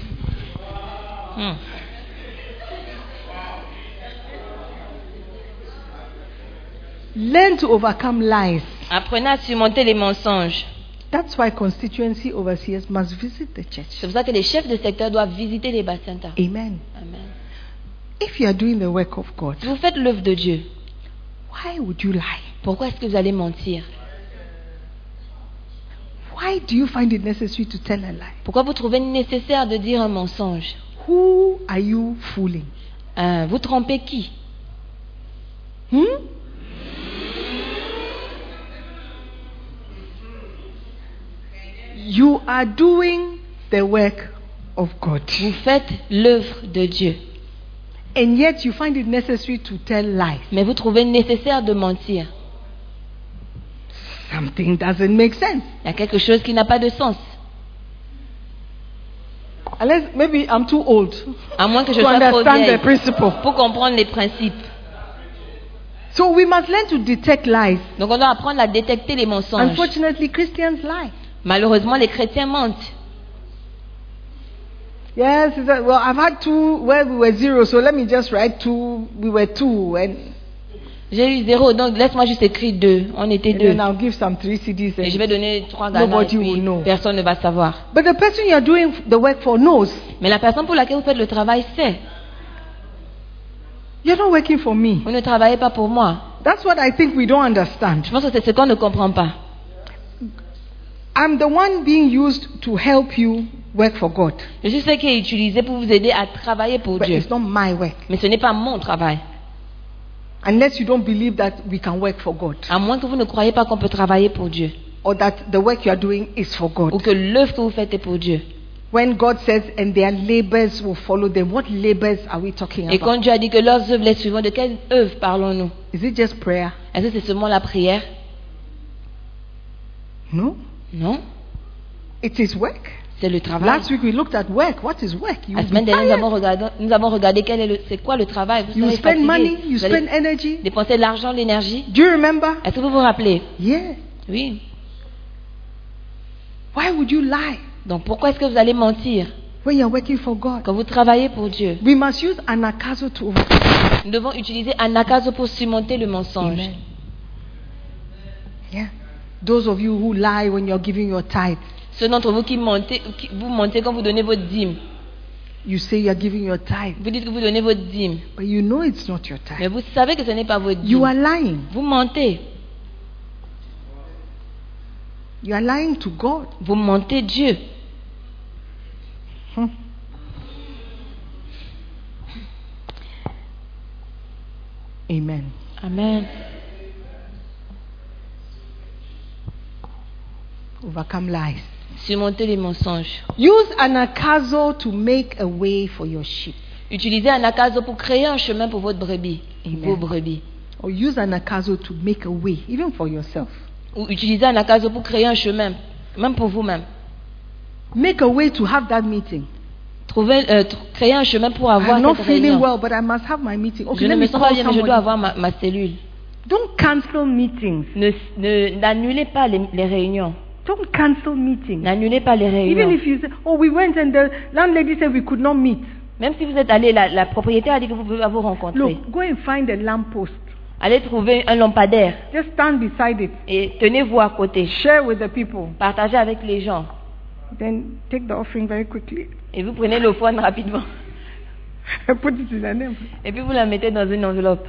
Speaker 4: Hmm?
Speaker 2: Hum.
Speaker 4: Learn to overcome lies.
Speaker 2: Apprenez à surmonter les mensonges.
Speaker 4: That's why constituency overseers must visit the church.
Speaker 2: C'est pour ça que les chefs de secteur doivent visiter les bassins.
Speaker 4: Amen.
Speaker 2: Amen.
Speaker 4: If you are doing the work of God,
Speaker 2: Si vous faites l'œuvre de Dieu,
Speaker 4: why would you lie?
Speaker 2: pourquoi est-ce que vous allez mentir
Speaker 4: Why do you find it necessary to tell a lie?
Speaker 2: Pourquoi vous trouvez nécessaire de dire un mensonge
Speaker 4: Who are you fooling?
Speaker 2: Hein, Vous trompez qui
Speaker 4: Hmm? You are doing the work of God.
Speaker 2: Vous faites l'œuvre de Dieu,
Speaker 4: And yet you find it necessary to tell lies.
Speaker 2: mais vous trouvez nécessaire de mentir.
Speaker 4: Something doesn't make sense.
Speaker 2: Il y a quelque chose qui n'a pas de sens.
Speaker 4: Unless maybe I'm too old
Speaker 2: À moins que je
Speaker 4: to
Speaker 2: sois trop
Speaker 4: understand the
Speaker 2: vieille
Speaker 4: principle.
Speaker 2: pour comprendre les principes.
Speaker 4: So we must learn to detect lies.
Speaker 2: Donc on doit apprendre à détecter les mensonges.
Speaker 4: Unfortunately, Christians lie.
Speaker 2: Malheureusement, les chrétiens mentent.
Speaker 4: Yes, it's a- well, I've had two where we were zero, so let me just write two. We were two, and,
Speaker 2: J'ai eu zéro, donc laisse-moi juste écrire deux. On était
Speaker 4: and
Speaker 2: deux.
Speaker 4: then I'll give some three CDs.
Speaker 2: Et je
Speaker 4: And,
Speaker 2: vais donner trois Ghana et
Speaker 4: Nobody
Speaker 2: puis
Speaker 4: will know.
Speaker 2: personne ne va savoir.
Speaker 4: but the person you're doing the work for knows
Speaker 2: Mais la personne pour laquelle vous faites le travail sait.
Speaker 4: you're not working for me.
Speaker 2: Vous ne travaillez pas pour moi.
Speaker 4: That's what I think we don't
Speaker 2: Je
Speaker 4: understand.
Speaker 2: pense que c'est ce qu'on ne comprend pas.
Speaker 4: I'm the one being used to help you work for God,
Speaker 2: Je suis ce qui est utilisé pour vous aider à travailler pour
Speaker 4: but
Speaker 2: Dieu.
Speaker 4: it's not my work.
Speaker 2: Mais ce n'est pas mon travail.
Speaker 4: Unless you don't believe that we can work for God,
Speaker 2: À moins que vous ne croyez pas qu'on peut travailler pour Dieu.
Speaker 4: or that the work you are doing is for
Speaker 2: Ou
Speaker 4: God.
Speaker 2: que l'œuvre que vous faites est pour Dieu.
Speaker 4: When God says, "And their labors will follow them," what labors are we talking
Speaker 2: Et quand
Speaker 4: about?
Speaker 2: Dieu a dit que leurs œuvres les suivront, de quelles œuvres parlons-nous
Speaker 4: Is it just prayer?
Speaker 2: Est-ce que c'est seulement la prière
Speaker 4: No,
Speaker 2: Non,
Speaker 4: it is work.
Speaker 2: c'est le travail.
Speaker 4: Last week we looked at work. What is work? You,
Speaker 2: La
Speaker 4: will be
Speaker 2: semaine dernière, nous
Speaker 4: tired.
Speaker 2: avons regardé, nous avons regardé quel est le, c'est quoi le travail. Vous
Speaker 4: you
Speaker 2: serez
Speaker 4: spend
Speaker 2: fatigué,
Speaker 4: money, you
Speaker 2: vous allez
Speaker 4: spend energy.
Speaker 2: dépenser de l'argent, de l'énergie.
Speaker 4: Do you remember?
Speaker 2: Est-ce que vous vous rappelez
Speaker 4: Yeah.
Speaker 2: Oui.
Speaker 4: Why would you lie
Speaker 2: Donc pourquoi est-ce que vous allez mentir
Speaker 4: when you're working for God?
Speaker 2: quand vous travaillez pour Dieu
Speaker 4: We must use anakazo to overcome.
Speaker 2: Nous devons utiliser anakazo pour surmonter le mensonge.
Speaker 4: Yeah. Those of you who lie when you're giving your tithe,
Speaker 2: Ceux d'entre vous qui mentez, qui- vous mentez quand vous donnez votre dîme.
Speaker 4: you say you're giving your tithe,
Speaker 2: Vous dites que vous donnez votre dîme,
Speaker 4: but you know it's not your
Speaker 2: mais
Speaker 4: tithe.
Speaker 2: vous savez que ce n'est pas votre
Speaker 4: You
Speaker 2: dîme.
Speaker 4: are lying.
Speaker 2: Vous mentez.
Speaker 4: You are lying to God.
Speaker 2: Vous mentez Dieu.
Speaker 4: Hmm. Amen.
Speaker 2: Amen.
Speaker 4: Overcome lies.
Speaker 2: Surmonter les mensonges.
Speaker 4: Use anakazo to make a way for your sheep.
Speaker 2: Utilisez Anakazo pour créer un chemin pour votre brebis,
Speaker 4: Amen.
Speaker 2: vos brebis.
Speaker 4: Or use anakazo to make a way, even for yourself.
Speaker 2: Ou utilisez Anakazo pour créer un chemin, même pour vous-même.
Speaker 4: Make a way to have that meeting.
Speaker 2: Trouvez, euh, tr- créer un chemin pour avoir
Speaker 4: I'm not
Speaker 2: cette
Speaker 4: Ah, feeling
Speaker 2: réunion.
Speaker 4: well, but I must have my meeting. Okay,
Speaker 2: je ne
Speaker 4: let
Speaker 2: me
Speaker 4: me
Speaker 2: sens pas
Speaker 4: call
Speaker 2: bien, mais je
Speaker 4: somebody.
Speaker 2: dois avoir ma, ma cellule.
Speaker 4: Don't cancel meetings.
Speaker 2: Ne- ne- N'annulez pas les, les réunions.
Speaker 4: Don't cancel meetings.
Speaker 2: N'annulez pas les
Speaker 4: Even
Speaker 2: réunions.
Speaker 4: if you say, oh, we went and the landlady said we could not meet.
Speaker 2: Même si vous êtes allé, la, la propriétaire a dit que vous pouvez vous rencontrer.
Speaker 4: Look, go and find a lamppost.
Speaker 2: Allez trouver un lampadaire
Speaker 4: Just stand beside it.
Speaker 2: et tenez-vous à côté.
Speaker 4: Share with the people.
Speaker 2: Partagez avec les gens
Speaker 4: Then take the offering very quickly
Speaker 2: et vous prenez l'offrande rapidement
Speaker 4: and put it in an envelope.
Speaker 2: et puis vous la mettez dans une enveloppe.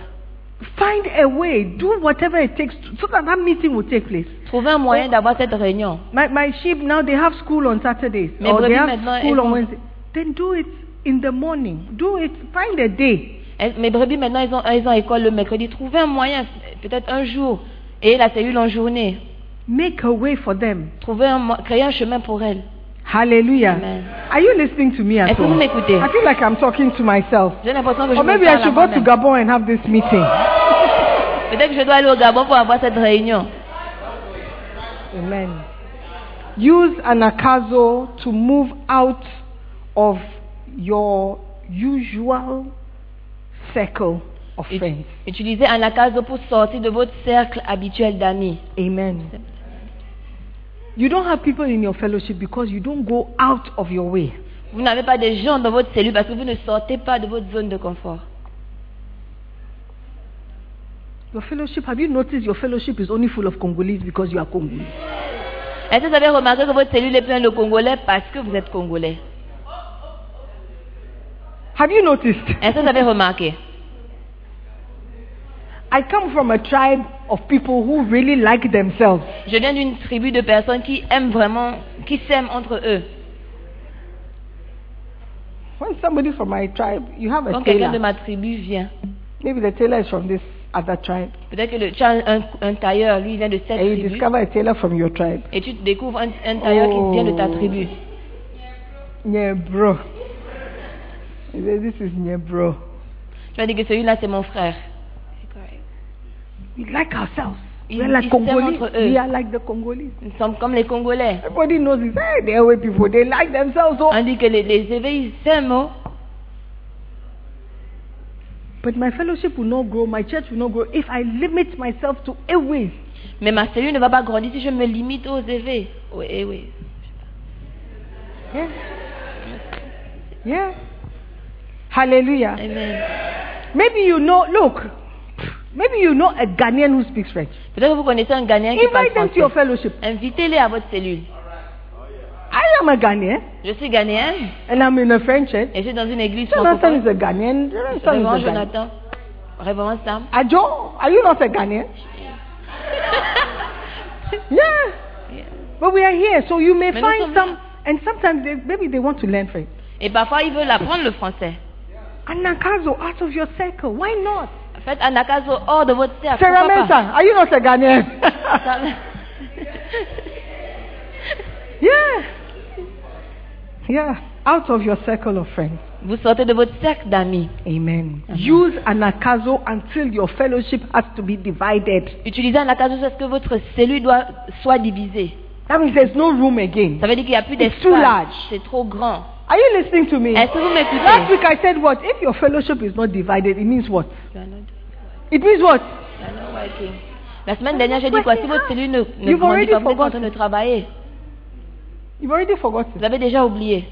Speaker 4: Find a way. Do whatever it takes to, so that that meeting will take place.
Speaker 2: Trouvez un moyen d'avoir cette réunion.
Speaker 4: My, my sheep now they have school on Saturdays
Speaker 2: Mes
Speaker 4: or they
Speaker 2: brebis
Speaker 4: have
Speaker 2: maintenant,
Speaker 4: school
Speaker 2: elles
Speaker 4: on
Speaker 2: ont-
Speaker 4: Wednesday. Then do it in the morning. Do it. Find a day.
Speaker 2: Elles- Mes brebis, maintenant, elles ont, elles ont école le mercredi. Trouvez un moyen, peut-être un jour, et la cellule en journée.
Speaker 4: Make a way for them.
Speaker 2: Trouvez un, mo- créez un chemin pour elles.
Speaker 4: Hallelujah.
Speaker 2: Amen.
Speaker 4: Are you listening to me at
Speaker 2: Est-ce que vous
Speaker 4: all?
Speaker 2: m'écoutez
Speaker 4: I feel like I'm talking to myself.
Speaker 2: J'ai l'impression que je
Speaker 4: Or
Speaker 2: me
Speaker 4: maybe
Speaker 2: parle
Speaker 4: I should
Speaker 2: à
Speaker 4: go to
Speaker 2: moi-même.
Speaker 4: Gabon and have this meeting.
Speaker 2: Peut-être que je dois aller au Gabon pour avoir cette réunion.
Speaker 4: Amen. Use anakazo to move out of your usual circle of
Speaker 2: Ut-
Speaker 4: friends.
Speaker 2: Utilisez Anakazo pour sortir de votre cercle habituel d'amis.
Speaker 4: Amen. You don't have people in your fellowship because you don't go out of your way.
Speaker 2: Vous n'avez pas des gens dans votre cellule parce que vous ne sortez pas de votre zone de confort.
Speaker 4: Your fellowship, have you noticed your fellowship is only full of Congolese because you are Congolese?
Speaker 2: Est-ce que vous avez remarqué que votre cellule est pleine de Congolais parce que vous êtes Congolais
Speaker 4: Have you noticed?
Speaker 2: Est-ce que vous avez remarqué
Speaker 4: I come from a tribe of people who really like themselves.
Speaker 2: Je viens d'une tribu de personnes qui aiment vraiment, qui s'aiment entre eux.
Speaker 4: When somebody from my tribe, you have a
Speaker 2: Quand quelqu'un de
Speaker 4: tailor.
Speaker 2: ma tribu vient,
Speaker 4: Maybe the tailor is from this other tribe.
Speaker 2: peut-être que le, tu as un, un tailleur, lui il vient de cette
Speaker 4: And you
Speaker 2: tribu,
Speaker 4: discover a tailor from your tribe.
Speaker 2: et tu découvres un, un tailleur
Speaker 4: Oh.
Speaker 2: qui vient de ta tribu.
Speaker 4: Yeah, bro. He said, This is near bro.
Speaker 2: Tu vas dire que celui-là c'est mon frère.
Speaker 4: We like ourselves.
Speaker 2: Ils-
Speaker 4: We are like
Speaker 2: ils s'aiment entre
Speaker 4: Congolese.
Speaker 2: eux.
Speaker 4: We are like the Congolese.
Speaker 2: Nous sommes comme les Congolais.
Speaker 4: Everybody knows this. Hey, they're way people. They like themselves. Oh.
Speaker 2: On dit que les, les éveils s'aiment. oh.
Speaker 4: But my fellowship will not grow. My church will not grow if I limit myself to a ways.
Speaker 2: Mais ma cellule ne va pas grandir si je me limite aux éveils. Oui, eh oui.
Speaker 4: Yeah. Yeah. Hallelujah.
Speaker 2: Amen.
Speaker 4: Maybe you know, look, maybe you know a Ghanaian who speaks French.
Speaker 2: Peut-être que vous connaissez un Ghanéen qui parle
Speaker 4: Invite them to your
Speaker 2: français.
Speaker 4: fellowship.
Speaker 2: Invitez-les à votre cellule.
Speaker 4: I am a Ghanaian
Speaker 2: Je suis Ghanéen
Speaker 4: and I'm in a French church.
Speaker 2: et je suis dans une église
Speaker 4: Jonathan is
Speaker 2: francophone.
Speaker 4: a Ghanaian.
Speaker 2: Révérend
Speaker 4: Jonathan is a Ghanaian.
Speaker 2: Jonathan, Révérend Sam,
Speaker 4: Ajo, are you not a Ghanaian? yeah. But we are here, so you may
Speaker 2: Mais nous
Speaker 4: find
Speaker 2: sommes
Speaker 4: some.
Speaker 2: là.
Speaker 4: And sometimes they, maybe they want to learn French.
Speaker 2: et parfois ils veulent apprendre le français.
Speaker 4: Anakazo, out of your circle. Why not?
Speaker 2: Faites Anakazo hors de votre cercle.
Speaker 4: Sarah
Speaker 2: pourquoi
Speaker 4: Mensah,
Speaker 2: pas?
Speaker 4: are you not a Ghanaian? yeah. Yeah. Out of your circle of friends.
Speaker 2: Vous sortez de votre cercle d'amis.
Speaker 4: Amen. Use anakazo until your fellowship has to be divided.
Speaker 2: Utilisez Anakazo parce que votre cellule doit soit divisée.
Speaker 4: That means there's no room again.
Speaker 2: Ça veut dire qu'il n'y a plus
Speaker 4: It's too large.
Speaker 2: d'espace. C'est trop grand.
Speaker 4: Are you listening to me?
Speaker 2: Est-ce que vous
Speaker 4: Last
Speaker 2: m'écoutez
Speaker 4: week I said what? If your fellowship is not divided, it means what? It means what?
Speaker 2: La semaine dernière, j'ai dit quoi Si votre cellule ne, ne
Speaker 4: You've
Speaker 2: grandit
Speaker 4: already
Speaker 2: pas, vous êtes en train
Speaker 4: forgotten.
Speaker 2: de travailler.
Speaker 4: You've already
Speaker 2: Vous
Speaker 4: forgotten.
Speaker 2: avez déjà oublié.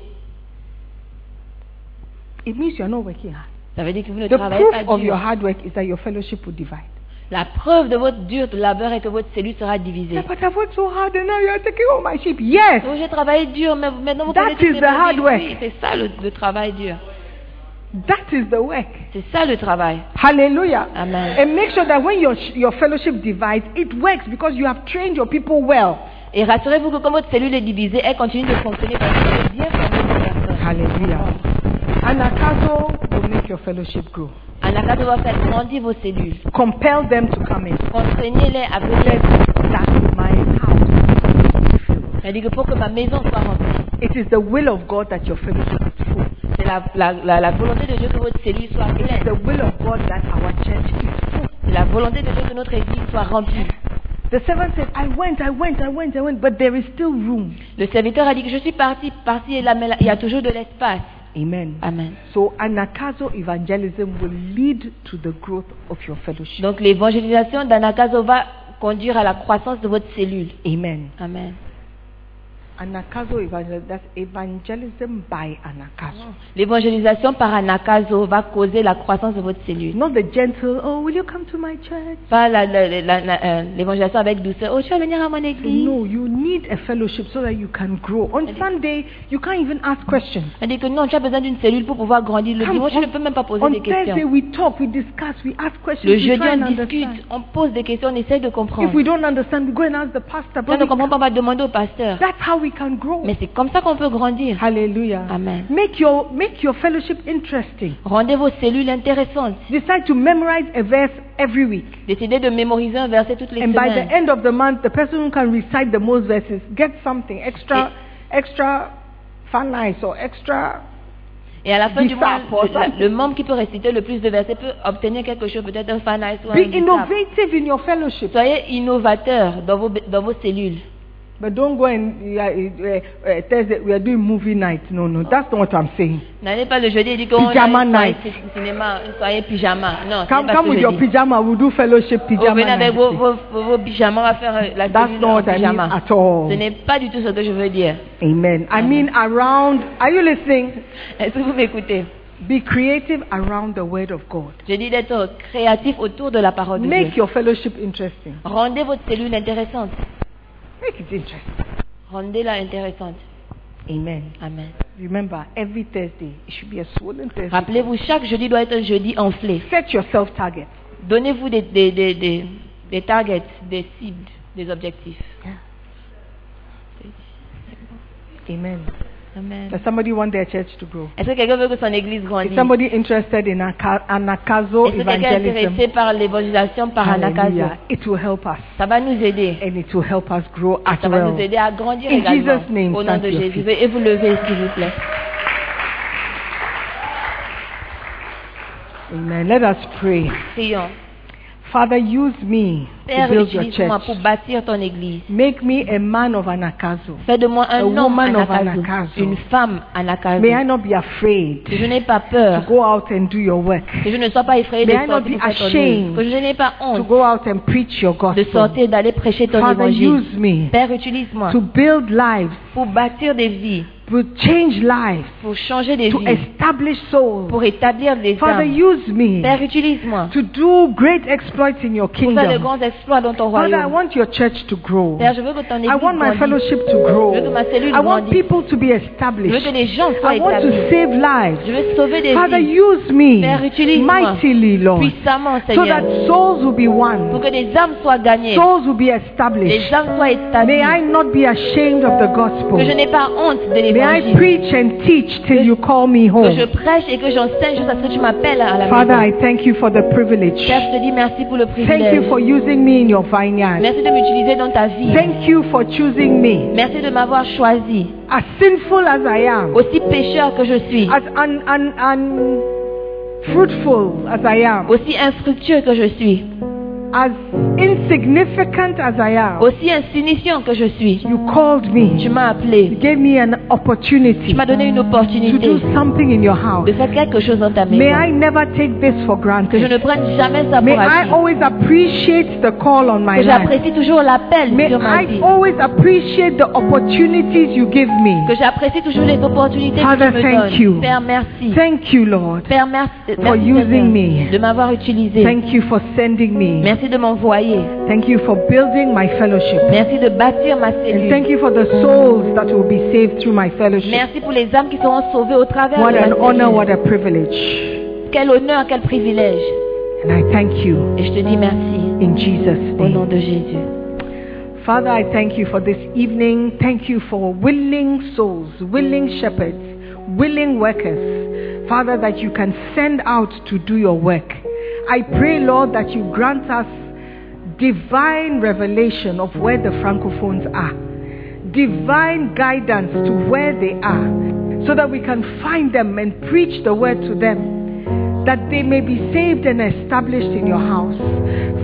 Speaker 4: It means you're not working hard.
Speaker 2: Ça veut dire que vous ne
Speaker 4: The
Speaker 2: travaillez
Speaker 4: proof
Speaker 2: pas
Speaker 4: of your
Speaker 2: dur.
Speaker 4: hard work is that your fellowship will divide.
Speaker 2: La preuve de votre dur labeur est que votre cellule sera divisée.
Speaker 4: Yeah, but I've worked so hard and now you're taking all my sheep. Yes.
Speaker 2: Donc j'ai travaillé dur, mais maintenant vous
Speaker 4: That
Speaker 2: connaissez
Speaker 4: is
Speaker 2: mes
Speaker 4: the hard
Speaker 2: produits.
Speaker 4: work.
Speaker 2: Oui, c'est ça le, le travail dur.
Speaker 4: That is the work.
Speaker 2: C'est ça le travail.
Speaker 4: Hallelujah.
Speaker 2: Amen.
Speaker 4: And make sure that when your, sh- your fellowship divides, it works because you have trained your people well.
Speaker 2: Et rassurez-vous que comme votre cellule est divisée, elle continue de fonctionner parce que c'est bien formé pour personne.
Speaker 4: Hallelujah. Anakazo will make your fellowship grow.
Speaker 2: Anaka doit faire grandir vos cellules.
Speaker 4: Compel them to come in.
Speaker 2: Contraignez-les à
Speaker 4: Let
Speaker 2: venir.
Speaker 4: that my house be filled.
Speaker 2: C'est-à-dire que pour que ma maison soit remplie,
Speaker 4: It is the will of God that your fellowship is full.
Speaker 2: c'est la, la- la- la volonté de Dieu que votre cellule soit
Speaker 4: It is the
Speaker 2: pleine.
Speaker 4: will of God that our church is full.
Speaker 2: C'est la volonté de Dieu que notre église soit remplie.
Speaker 4: The servant said, I went, I went, I went, I went, but there is still room.
Speaker 2: Le serviteur a dit que je suis parti, parti et là, mais là, il y a toujours de l'espace.
Speaker 4: Amen.
Speaker 2: Amen.
Speaker 4: So, anakazo evangelism will lead to the growth of your fellowship.
Speaker 2: Donc l'évangélisation d'Anakazo va conduire à la croissance de votre cellule.
Speaker 4: Amen.
Speaker 2: Amen.
Speaker 4: Anakazo evangelism, that's evangelism by anakazo.
Speaker 2: Oh. L'évangélisation par Anakazo va causer la croissance de votre cellule.
Speaker 4: Not the gentle, oh, will you come to my church?
Speaker 2: Pas la- la- la- la- la- euh, l'évangélisation avec douceur. Oh, tu vas venir à mon église.
Speaker 4: No, you need a fellowship so that you can grow. On Sunday, you can't even ask questions.
Speaker 2: Elle dit que non, tu as besoin d'une cellule pour pouvoir grandir. Le
Speaker 4: Come
Speaker 2: dimanche, tu
Speaker 4: on-
Speaker 2: ne peux même pas poser
Speaker 4: on
Speaker 2: des
Speaker 4: Thursday,
Speaker 2: questions.
Speaker 4: we talk, we discuss, we ask questions.
Speaker 2: Le
Speaker 4: we
Speaker 2: jeudi,
Speaker 4: try and
Speaker 2: on
Speaker 4: understand.
Speaker 2: discute, on pose des questions, on essaie de comprendre.
Speaker 4: If we don't understand, we go and ask the pastor.
Speaker 2: Si on
Speaker 4: But
Speaker 2: ne
Speaker 4: we-
Speaker 2: comprend pas, on va demander au pasteur.
Speaker 4: that's how we can grow.
Speaker 2: Mais c'est comme ça qu'on peut grandir.
Speaker 4: Hallelujah.
Speaker 2: Amen.
Speaker 4: Make your make your fellowship interesting.
Speaker 2: Rendez vos cellules intéressantes.
Speaker 4: Decide to memorize a verse every week.
Speaker 2: Décidez de mémoriser un verset toutes les
Speaker 4: and by the
Speaker 2: semaines.
Speaker 4: end of the month, the person who can recite the most verses gets something extra, extra fun nice or extra.
Speaker 2: Et à la fin
Speaker 4: Dis
Speaker 2: du
Speaker 4: ça,
Speaker 2: mois,
Speaker 4: pour
Speaker 2: le,
Speaker 4: ça.
Speaker 2: le membre qui peut réciter le plus de versets peut obtenir quelque chose, peut-être un fan art ou un
Speaker 4: Be
Speaker 2: guitare.
Speaker 4: innovative in your fellowship,
Speaker 2: Soyez innovateur dans vos, dans vos cellules.
Speaker 4: but don't go and uh, uh, uh, Thursday we are doing movie night. No, no, that's not what I'm saying.
Speaker 2: N'allez pas le jeudi et dire qu'on a
Speaker 4: Pyjama
Speaker 2: une soirée
Speaker 4: night.
Speaker 2: cin- cinéma, une soirée pyjama. Non,
Speaker 4: Come,
Speaker 2: c'est pas
Speaker 4: come
Speaker 2: ce que
Speaker 4: with
Speaker 2: je
Speaker 4: your
Speaker 2: dis.
Speaker 4: pyjama. We'll do fellowship
Speaker 2: Vous
Speaker 4: oh, pyjama
Speaker 2: venez avec
Speaker 4: night.
Speaker 2: vos, vos, vos, vos pyjamas, on va faire euh, la
Speaker 4: That's
Speaker 2: cellule
Speaker 4: not
Speaker 2: en
Speaker 4: what I mean
Speaker 2: pyjama.
Speaker 4: at all.
Speaker 2: Ce n'est pas du tout ce que je veux dire.
Speaker 4: Amen. I mean around. Are you listening?
Speaker 2: Est-ce que vous m'écoutez
Speaker 4: Be creative around the word of God.
Speaker 2: Je dis d'être créatif autour de la parole de
Speaker 4: Make
Speaker 2: Dieu.
Speaker 4: your fellowship interesting.
Speaker 2: Rendez votre cellule intéressante.
Speaker 4: Make it interesting.
Speaker 2: Rendez-la intéressante.
Speaker 4: Amen.
Speaker 2: Amen.
Speaker 4: Remember, every Thursday, it should be a swollen Thursday.
Speaker 2: Rappelez-vous, chaque jeudi doit être un jeudi enflé.
Speaker 4: Set yourself targets.
Speaker 2: Donnez-vous des, des, des, des, des targets, des cibles, des objectifs.
Speaker 4: Amen.
Speaker 2: Amen.
Speaker 4: Does somebody want their church to grow?
Speaker 2: Est-ce que quelqu'un veut que son église
Speaker 4: Is
Speaker 2: grandisse
Speaker 4: somebody interested in aka- anakazo
Speaker 2: Est-ce que quelqu'un est intéressé
Speaker 4: evangelism?
Speaker 2: par l'évangélisation par Anakazo
Speaker 4: Hallelujah. It will help us.
Speaker 2: Ça va nous aider.
Speaker 4: And it will help us grow as
Speaker 2: Ça va
Speaker 4: well.
Speaker 2: nous aider à grandir
Speaker 4: In
Speaker 2: également.
Speaker 4: Jesus' name,
Speaker 2: Au nom
Speaker 4: thank
Speaker 2: de
Speaker 4: you.
Speaker 2: Jésus. Veuillez vous lever, s'il vous plaît.
Speaker 4: Amen. Let us pray.
Speaker 2: Prions.
Speaker 4: Father, use me to
Speaker 2: Père,
Speaker 4: build your
Speaker 2: utilise-moi pour
Speaker 4: church.
Speaker 2: bâtir ton église.
Speaker 4: Make me a man of anakazo.
Speaker 2: Fais de moi
Speaker 4: A
Speaker 2: un homme
Speaker 4: woman of
Speaker 2: Anakazo,
Speaker 4: Anakazo.
Speaker 2: une femme Anakazo.
Speaker 4: May I not be afraid
Speaker 2: Que je n'ai pas
Speaker 4: to
Speaker 2: peur,
Speaker 4: go out and do your work,
Speaker 2: que je ne sois pas effrayée de
Speaker 4: May I not
Speaker 2: sortir
Speaker 4: be
Speaker 2: pour faire ton
Speaker 4: ashamed
Speaker 2: œuvre. que je n'ai pas
Speaker 4: to
Speaker 2: honte
Speaker 4: go out and preach your
Speaker 2: de
Speaker 4: gospel.
Speaker 2: sortir d'aller prêcher ton
Speaker 4: Father,
Speaker 2: évangile.
Speaker 4: use me
Speaker 2: Père, utilise-moi
Speaker 4: to build lives,
Speaker 2: pour bâtir des vies,
Speaker 4: to change lives,
Speaker 2: pour changer des
Speaker 4: to
Speaker 2: vies,
Speaker 4: establish souls.
Speaker 2: pour établir des
Speaker 4: Father,
Speaker 2: âmes.
Speaker 4: use me
Speaker 2: Père, utilise-moi
Speaker 4: to do great exploits in your
Speaker 2: pour faire de
Speaker 4: kingdom.
Speaker 2: grands exploits dans ton
Speaker 4: Father, I
Speaker 2: royaume.
Speaker 4: want your church to grow.
Speaker 2: Père, je veux que ton église
Speaker 4: I want my
Speaker 2: grandisse.
Speaker 4: fellowship to
Speaker 2: Je veux que
Speaker 4: grow.
Speaker 2: ma cellule
Speaker 4: I want
Speaker 2: grandisse.
Speaker 4: people to be
Speaker 2: Je veux que
Speaker 4: established.
Speaker 2: les gens soient
Speaker 4: I want to
Speaker 2: établis.
Speaker 4: save
Speaker 2: Je
Speaker 4: lives.
Speaker 2: veux sauver des
Speaker 4: Father,
Speaker 2: vies
Speaker 4: use me
Speaker 2: Père, utilise-moi.
Speaker 4: mightily, Lord,
Speaker 2: puissamment,
Speaker 4: so that
Speaker 2: Seigneur,
Speaker 4: souls will be
Speaker 2: pour
Speaker 4: one,
Speaker 2: que des âmes soient gagnées,
Speaker 4: souls will be
Speaker 2: les
Speaker 4: established.
Speaker 2: âmes soient
Speaker 4: May I
Speaker 2: établies,
Speaker 4: not be ashamed of the gospel.
Speaker 2: que je n'ai pas honte de
Speaker 4: May I
Speaker 2: l'évangile.
Speaker 4: preach and teach till you call me
Speaker 2: que je
Speaker 4: home.
Speaker 2: prêche et que j'enseigne jusqu'à ce que tu m'appelles à la
Speaker 4: Oh. Father, I
Speaker 2: maison.
Speaker 4: thank you for the privilege.
Speaker 2: Père, je te dis merci pour le
Speaker 4: Thank
Speaker 2: privilège.
Speaker 4: you for using me in your vineyard.
Speaker 2: Merci de m'utiliser dans ta vie.
Speaker 4: Thank you for choosing me.
Speaker 2: Merci de m'avoir choisi.
Speaker 4: As sinful as I am,
Speaker 2: Aussi pécheur que je suis,
Speaker 4: as un, un, fruitful as I am,
Speaker 2: aussi infructueux que je suis,
Speaker 4: as insignificant as I am,
Speaker 2: aussi insignifiant que je suis,
Speaker 4: you called
Speaker 2: tu
Speaker 4: me.
Speaker 2: m'as
Speaker 4: You
Speaker 2: appelé.
Speaker 4: gave me an
Speaker 2: Tu
Speaker 4: opportunity
Speaker 2: m'as donné une
Speaker 4: to
Speaker 2: opportunité
Speaker 4: do something in your house.
Speaker 2: de faire quelque chose dans ta
Speaker 4: May
Speaker 2: maison.
Speaker 4: I never take this for
Speaker 2: Que je ne
Speaker 4: granted.
Speaker 2: prenne jamais ça
Speaker 4: May
Speaker 2: pour
Speaker 4: I
Speaker 2: acquis.
Speaker 4: always appreciate the call on my
Speaker 2: Que
Speaker 4: life.
Speaker 2: j'apprécie toujours l'appel
Speaker 4: May
Speaker 2: sur ma
Speaker 4: I
Speaker 2: vie.
Speaker 4: always appreciate the opportunities you give me.
Speaker 2: Que j'apprécie toujours les opportunités
Speaker 4: Father,
Speaker 2: que tu
Speaker 4: thank
Speaker 2: me
Speaker 4: you.
Speaker 2: donnes. Père, merci.
Speaker 4: Thank you, Lord.
Speaker 2: Père, merci, merci
Speaker 4: for using
Speaker 2: Seigneur,
Speaker 4: me.
Speaker 2: de m'avoir utilisé.
Speaker 4: Thank you for sending me.
Speaker 2: Merci de m'envoyer.
Speaker 4: Thank you for building my fellowship.
Speaker 2: Merci de bâtir ma
Speaker 4: And
Speaker 2: cellule.
Speaker 4: thank you for the souls that will be saved through my fellowship.
Speaker 2: Merci pour les âmes qui seront sauvées au travers
Speaker 4: What
Speaker 2: de ma
Speaker 4: an honor,
Speaker 2: cellule.
Speaker 4: what a privilege.
Speaker 2: Quel honneur, quel privilège.
Speaker 4: And I thank you
Speaker 2: Et je te dis merci
Speaker 4: in Jesus'
Speaker 2: au nom
Speaker 4: name.
Speaker 2: de Jésus.
Speaker 4: Father, I thank you for this evening. Thank you for willing souls, willing shepherds, willing workers. Father, that you can send out to do your work. I pray, Lord, that you grant us divine revelation of where the francophones are, divine guidance to where they are, so that we can find them and preach the word to them that they may be saved and established in your house.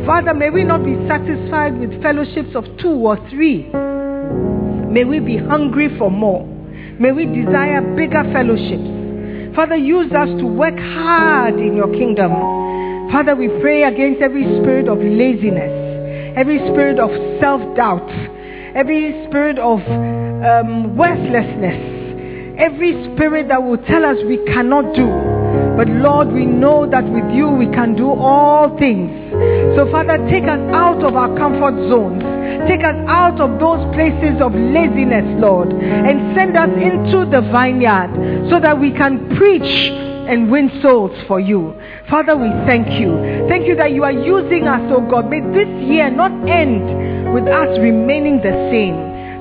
Speaker 4: Father, may we not be satisfied with fellowships of two or three. May we be hungry for more. May we desire bigger fellowships. Father, use us to work hard in your kingdom. Father, we pray against every spirit of laziness, every spirit of self doubt, every spirit of um, worthlessness, every spirit that will tell us we cannot do. But Lord, we know that with you we can do all things. So, Father, take us out of our comfort zones. Take us out of those places of laziness, Lord, and send us into the vineyard so that we can preach and win souls for you. Father, we thank you. Thank you that you are using us, oh God. May this year not end with us remaining the same.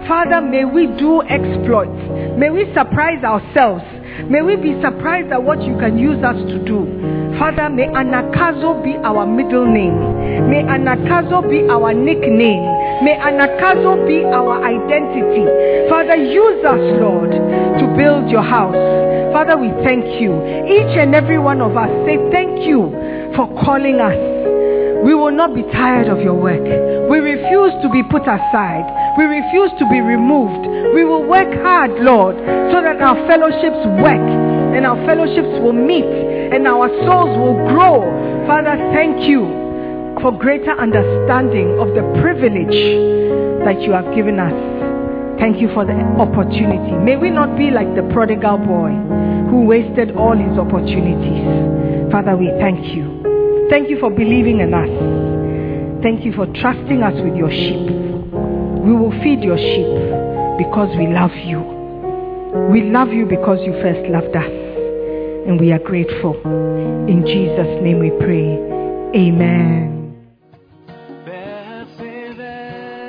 Speaker 4: Father, may we do exploits. May we surprise ourselves. May we be surprised at what you can use us to do. Father, may Anakazo be our middle name. May Anakazo be our nickname. May Anakazo be our identity. Father, use us, Lord, to build your house. Father, we thank you. Each and every one of us say thank you for calling us. We will not be tired of your work. We refuse to be put aside. We refuse to be removed. We will work hard, Lord, so that our fellowships work and our fellowships will meet and our souls will grow. Father, thank you for greater understanding of the privilege that you have given us. Thank you for the opportunity. May we not be like the prodigal boy who wasted all his opportunities. Father, we thank you. Thank you for believing in us. Thank you for trusting us with your sheep. We will feed your sheep. because we love you. We love you because you first loved us. And we are grateful. In Jesus' name we pray. Amen.